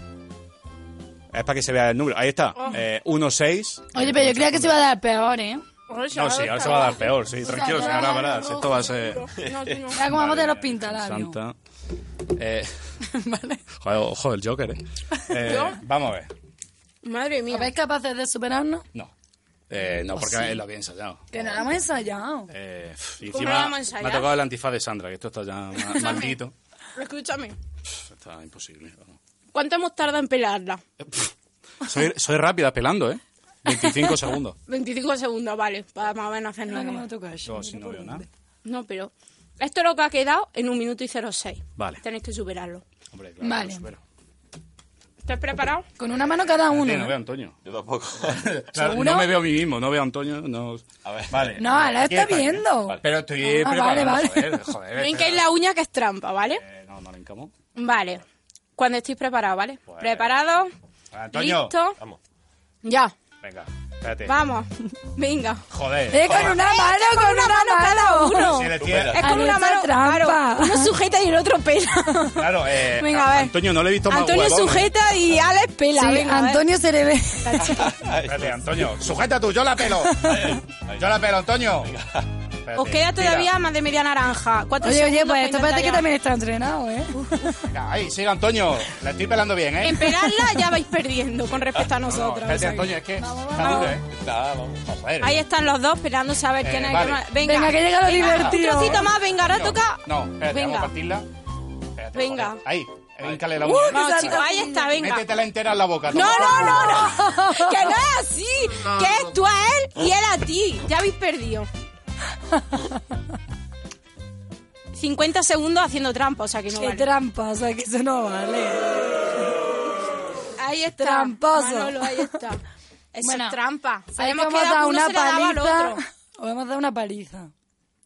Es para que se vea el número. Ahí está. Eh, 1.6.
Oye, pero yo creía que se iba a dar peor, ¿eh?
No, sí, ahora se va a dar peor. Sí, tranquilo,
ya,
señora
ya,
Varas.
no,
Esto va a ser.
<laughs> Ya como vamos de los pintalabios.
Santa.
<laughs>
Eh, Joder, ojo, el Joker, ¿eh? Eh,
¿Yo?
Vamos a ver.
Madre mía. ¿Habéis capaces de superarnos?
Eh, no,
Pues
porque
sí.
lo había ensayado.
Que no lo hemos ensayado.
Eh, pff, y
¿Cómo
encima
lo vamos a
me ha
ensayar?
tocado el antifaz de Sandra, que esto está
<laughs>
ya ma- maldito.
Escúchame.
Pff, Está imposible. vamos.
¿Cuánto hemos tardado en pelarla?
<laughs> Soy, soy rápida pelando, ¿eh? 25 segundos.
25 segundos, vale. Para más o menos hacer nada.
Yo si no veo nada.
No, pero esto es lo que ha quedado en un minuto y 06.
Vale.
Tenéis que superarlo.
Hombre, claro.
Vale.
¿Estás preparado?
Con una mano cada <laughs> uno.
Sí, no veo a Antonio. Yo <laughs> tampoco.
¿Seguro?
no me veo a mí mismo, no veo a Antonio. No... A ver. eh. Vale.
No, la
Aquí
está viendo.
Pero estoy
Ah,
preparado.
vale, vale. <laughs>
Joder, joder. Eh.
No hincáis la uña que es trampa, ¿vale?
No, no le hincamos.
Vale. Cuando estéis preparados, ¿vale?
Pues
¿Preparados?
Antonio.
¿Listo?
Vamos.
Ya.
Venga, espérate.
Vamos. Eh, Venga.
Joder.
Es con una mano, con una mano cada uno.
Sí, le tiene-
Es con una mano, claro. Uno sujeta y el otro pela.
<laughs> Claro, eh,
Venga, a ver.
Antonio, no le he visto más eh.
Antonio
huevos.
sujeta y Alex pela.
Sí,
venga, a ver.
Antonio se le ve.
Espérate, <laughs> Antonio. Sujeta tú, yo
<laughs>
la pelo. Yo la pelo, Antonio.
Os queda todavía más de media naranja. Cuatro
Oye, oye,
segundos
pues
para
esto parece que
intentar
también está entrenado, ¿eh?
Venga, ahí, sigue Antonio. La estoy pelando bien,
ya.
¿eh?
En
<laughs>
pelarla ya vais perdiendo con respecto a
No,
nosotros.
espérate, Antonio, es que está duro, ¿eh? Está, vamos. Joder.
Ahí están los dos peleándose a ver
Eh,
quién es el
vale.
que más.
Venga, que llega lo divertido.
Un trocito más, venga, ahora toca.
No, espérate,
Venga.
vamos a partirla. Espérate,
Venga.
joder. Ahí, víncale la
Uh,
uña.
que Vamos, salta chicos, ahí la uña. está, venga.
Métetela entera en la boca.
No,
toma.
no, no, no. <laughs> Que no es así.
No,
que
no.
es tú a él y él a ti. Ya habéis perdido. 50 segundos haciendo trampa, o sea que no
Qué
vale.
trampa, o sea que eso no vale.
Ahí está.
Tramposo.
Manolo, ahí está. Eso
Bueno,
es trampa.
Sabemos
Sabemos
que
que
hemos
cada
dado
uno
una
se la daba al
paliza.
otro.
Os hemos dado una paliza.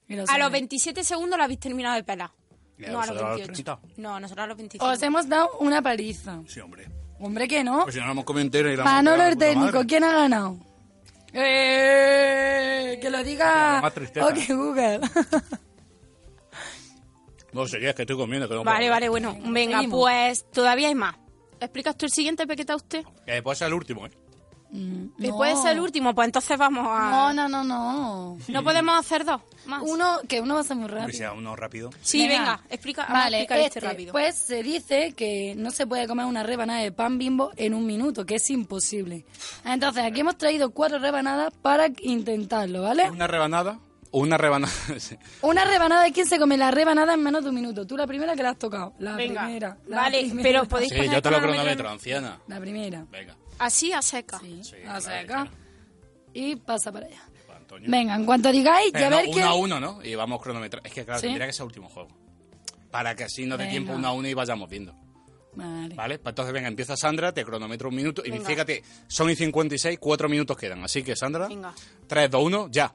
Y lo
A los
sabéis.
27 segundos la habéis terminado de pelar.
Ya,
No, a los
nosotros a los
28. No, nosotros a los 25.
Os hemos dado una paliza. Sí,
hombre.
Hombre, que no.
Pues si no, lo hemos comido entero y la hemos
Manolo
pegado a
el
la puta
técnico,
madre.
¿quién ha ganado? Eh, que lo diga.
más tristeza.
Ok, Google.
<laughs> No, sería que estoy comiendo. Que no
Vale,
puedo.
vale, bueno. Venga,
seguimos.
pues todavía hay más. ¿Explicas tú el siguiente pequeta usted?
Eh, puede ser el último, ¿eh?
Y puede ser el último, pues entonces vamos a.
No, no, no, no.
No podemos hacer dos. Más.
Uno, que uno va a ser muy rápido.
Que sea uno rápido.
Sí, venga, explica, vamos a
Vale,
explicar este
este,
rápido.
Pues se dice que no se puede comer una rebanada de pan bimbo en un minuto, que es imposible. Entonces, aquí hemos traído cuatro rebanadas para intentarlo, ¿vale?
Una rebanada. O una rebanada. <laughs> sí.
Una rebanada de quién se come la rebanada en menos de un minuto. Tú la primera que la has tocado. La
Venga,
primera. la
vale,
primera.
pero podéis
Sí, yo te lo cronometro, anciana.
La primera.
Venga.
Así a seca.
La seca. Y pasa para allá.
Antonio.
Venga, en cuanto digáis,
Pero
ya
Eh, no,
ver
uno
quién.
a uno, ¿no? Y vamos cronometrando. Es que claro,
Sí.
tendría que ser último juego. Para que así nos dé
Venga.
tiempo uno a uno y vayamos viendo.
Vale.
¿Vale? Pues Entonces, venga, empieza Sandra, te cronometro un minuto. Y
Venga.
fíjate, son y 56, cuatro minutos quedan. Así que, Sandra,
Venga.
3, 2, 1, ya.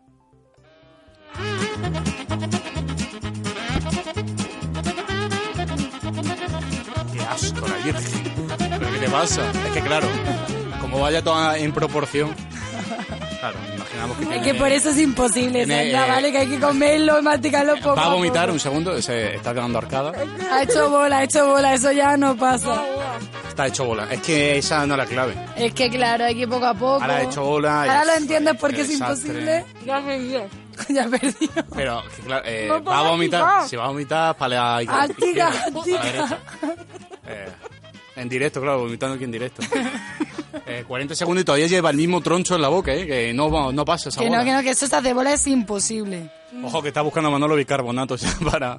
¡Qué asco, la Virgen! ¿Pero qué te pasa? Es que, claro, como vaya toda en proporción. Claro, imaginamos que.
Es
tiene-
que por eso es imposible,
Tiene,
Sandra,
eh,
¿vale? Que hay que comerlo, masticarlo poco.
Va a
poco.
vomitar un segundo, se está quedando arcada.
Ha hecho bola, ha hecho bola, eso ya no pasa.
Está hecho bola. Es que esa no es la clave.
Es que claro, hay que ir poco a poco.
Ahora ha hecho bola.
Ahora
es-
lo entiendes
qué
porque es
desastre.
imposible.
Ya perdió.
<laughs> ya perdí.
Pero, que claro, eh,
No puedo
va a vomitar.
activar.
Si va a vomitar, para la izquierda.
Activa,
izquierda, a la
activa.
derecha. Eh, en directo, claro, vomitando aquí en directo. Eh, 40 segundos y todavía lleva el mismo troncho en la boca, ¿eh? Que no, no pasa esa
Que no,
bola.
que no, que eso está de bola es imposible.
Ojo, que está buscando a Manolo bicarbonato ya <laughs> para,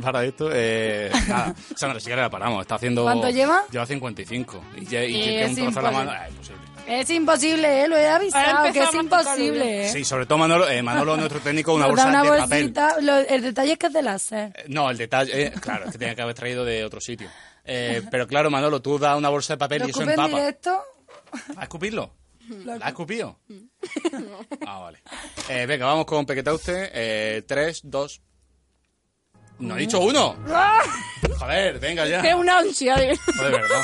para esto. Eh, nada, Sandra, si quieres la paramos. Está haciendo...
¿Cuánto lleva?
Lleva 55. Y, ya- y
Sí,
tiene un
es
trozo en la mano.
imposible.
Eh, imposible.
Es imposible, eh, lo he avisado,
Ahora
que es
empezamos a masticarlo
imposible. eh.
Sí, sobre todo Manolo, eh, Manolo nuestro técnico, una
<laughs> Nos da
bolsa
una
de papel.
bolsita, lo- el detalle es que es de láser.
No, el detalle, eh, claro, es que tenía que haber traído de otro sitio. Eh, pero claro, Manolo, tú das una bolsa de papel
Lo
y eso
escupe en
empapa.
directo.
¿A escupirlo? ¿La <laughs> has escupido? Ah, vale. Eh, venga, vamos con Pequeta usted. Eh, tres, dos. ¡No he dicho uno!
Ah,
Joder, venga ya.
Es una ansia
eh.
de...
Joder, Oh, verdad.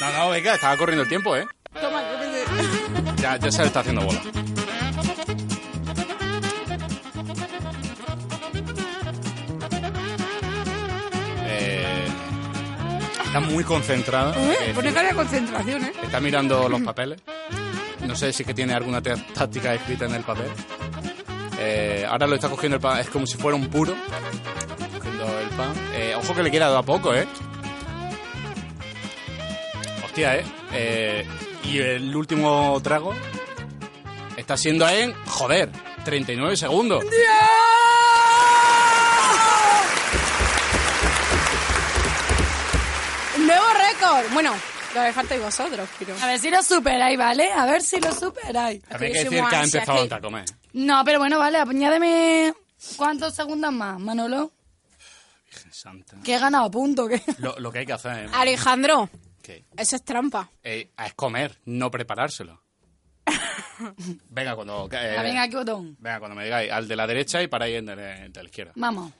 No, no, venga, estaba corriendo el tiempo, ¿eh?
Toma, que pende-
Ya, ya se le está haciendo bola. Eh, está muy concentrada.
Eh,
Eh,
Pone cara de concentración, ¿eh?
Está mirando los papeles. No sé si es que tiene alguna te- táctica escrita en el papel. Eh, ahora lo está cogiendo el pan. Es como si fuera un puro. Cogiendo el pan. Eh, ojo que le queda a poco, ¿eh? Hostia, ¿eh? Eh, Y el último trago está siendo en... Joder, 39 segundos.
Nuevo récord. Bueno, lo que falta y vosotros, pero...
A ver si lo superáis, ¿vale? A ver si lo superáis.
También hay que decir que ha empezado a comer.
No, pero bueno, vale, añádeme cuántos segundos más, Manolo.
Santa.
Que he ganado, punto. Que...
Lo, lo que hay que hacer ¿eh?
Alejandro,
¿Qué?
eso es trampa.
Eh, es comer, no preparárselo. Venga, cuando... eh,
Ah, venga, aquí botón.
Venga, cuando me digáis, al de la derecha y para ir en de, de la izquierda.
Vamos.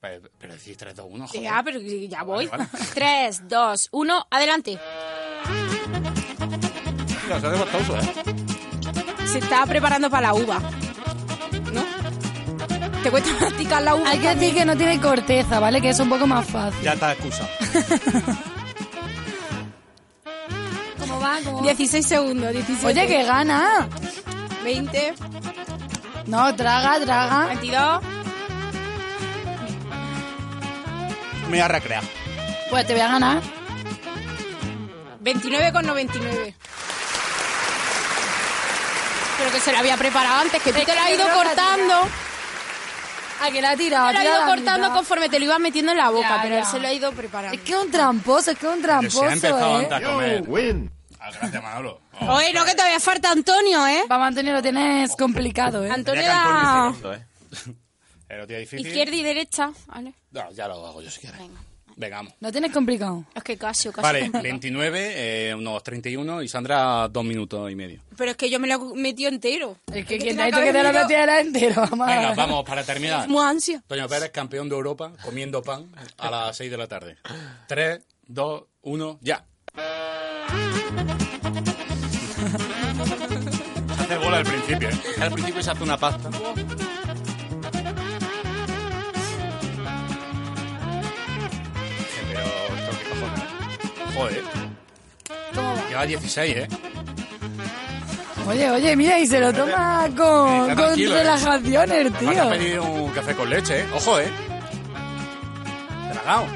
Pero, pero decís 3, 2, 1, joder.
Ya, pero ya voy. <laughs>
vale.
3, 2, 1, adelante.
Mira, se hace costoso, ¿eh?
Se está preparando para la uva. ¿No? Te cuesta masticar la uva.
Hay que decir que no tiene corteza, ¿vale? Que es un poco más fácil.
Ya está excusa.
Ah, ¿Cómo va?
16 segundos, 17.
Oye, que gana.
20.
No, traga, traga.
22.
Me voy a recrear.
Pues te voy a ganar.
29 con 99. Pero que se la había preparado antes, que tú
Es
te la
que
has ido
creo que la
cortando.
A que la ha tirado,
Te la has
tira
ido
la
cortando
mitad.
conforme te lo ibas metiendo en la boca,
Ya,
pero él
ya.
se lo ha ido preparando.
Es que es un tramposo, es que es un
Yo sí
tramposo,
he empezado
¿eh?
antes a comer. Ah, gracias, Manolo.
Oye, no que todavía falta Antonio, ¿eh?
Vamos, Antonio, lo tienes complicado, ¿eh?
Antonio
Tenía que Antonio
da
hizo eso, ¿eh? <laughs> Pero tío, difícil.
izquierda y derecha, ¿vale?
No, ya lo hago yo si quieres. Venga. vamos.
Lo tienes complicado.
Es que casi, casi.
Vale, 29, eh, unos 31 y Sandra dos minutos y medio.
Pero es que yo me lo he metido entero.
Es que
quien
te ha dicho que te lo metieras entero, vamos. a-
Venga, vamos para terminar.
Muy ansia.
Toño Pérez, campeón de Europa, comiendo pan a las 6 de la tarde. 3, 2, 1, ya. Se hace bola al principio, ¿eh? Al principio se hace una pasta. Dije, Pero esto qué cojones. Joder. Lleva 16, ¿eh?
Oye, oye, mira, y se lo toma con,
Está
con
tranquilo, ¿eh?
relajación el
Me
tío.
ha pedido un café con leche, ¿eh? Ojo, ¿eh? Tragado.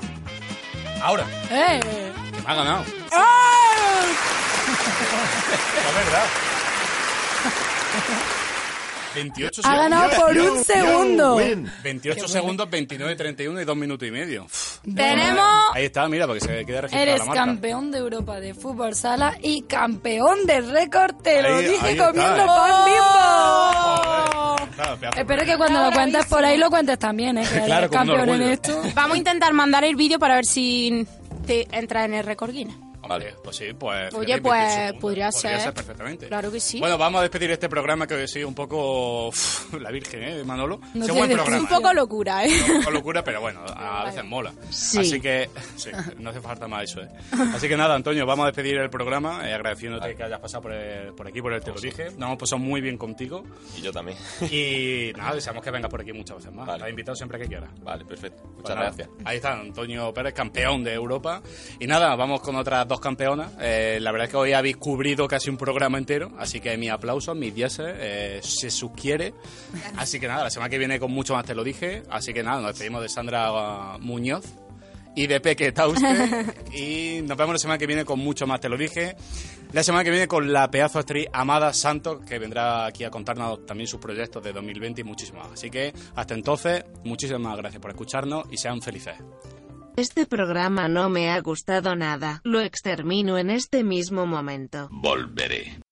Ahora,
¡Eh!
que me
<laughs>
ha ganado. Es verdad. 28
Ha
segundos.
ganado por un segundo.
28 segundos, 29, 31 y 2 minutos y medio. Uf.
Tenemos-
Ahí está, mira, porque se queda registrada
Eres
la marca.
campeón de Europa de fútbol sala y campeón de récord, te lo
Ahí-
dije
ahí está,
comiendo
eh.
pan
¡Oh!
bimbo.
Claro, pedazo.
Espero que cuando lo cuentes por ahí lo cuentes también, ¿eh? Que
Claro,
eres
con un
campeón en
orgullo. <laughs>
esto.
Vamos a intentar mandar el vídeo para ver si te entra en el récord Guinness.
Vale, pues sí, pues...
Oye,
fíjate,
pues
28 segundos.
podría ser.
ser perfectamente.
Claro que sí.
Bueno, vamos a despedir este programa que hoy ha sido un poco... uf, la virgen, ¿eh, Manolo? Ha sido
sé,
un buen
es
programa.
un
¿eh?
poco locura, ¿eh?
<laughs> con locura, pero bueno, a veces mola.
Sí.
Así que sí, no hace falta más eso. ¿eh? Así que nada, Antonio, vamos a despedir el programa eh, agradeciéndote que hayas pasado por, el- por aquí, por el Te lo dije. Nos hemos pasado muy bien contigo.
Y yo también.
Y nada, deseamos que vengas por aquí muchas veces más. Te has invitado siempre que quieras.
Vale, perfecto. Muchas
Pues nada,
gracias.
Ahí está Antonio Pérez, campeón de Europa. Y nada, vamos con otras dos campeonas. Eh, la verdad es que hoy habéis cubrido casi un programa entero, así que mis aplausos, mis dieces, eh, se sugiere. Así que nada, la semana que viene con mucho más te lo dije. Así que nada, nos despedimos de Sandra uh, Muñoz y de Peque Tauste. y nos vemos la semana que viene con mucho más te lo dije. La semana que viene con la pedazo actriz Amada Santos, que vendrá aquí a contarnos también sus proyectos de 2020 y muchísimo más. Así que hasta entonces, muchísimas gracias por escucharnos y sean felices.
Este programa no me ha gustado nada. Lo extermino en este mismo momento.
Volveré.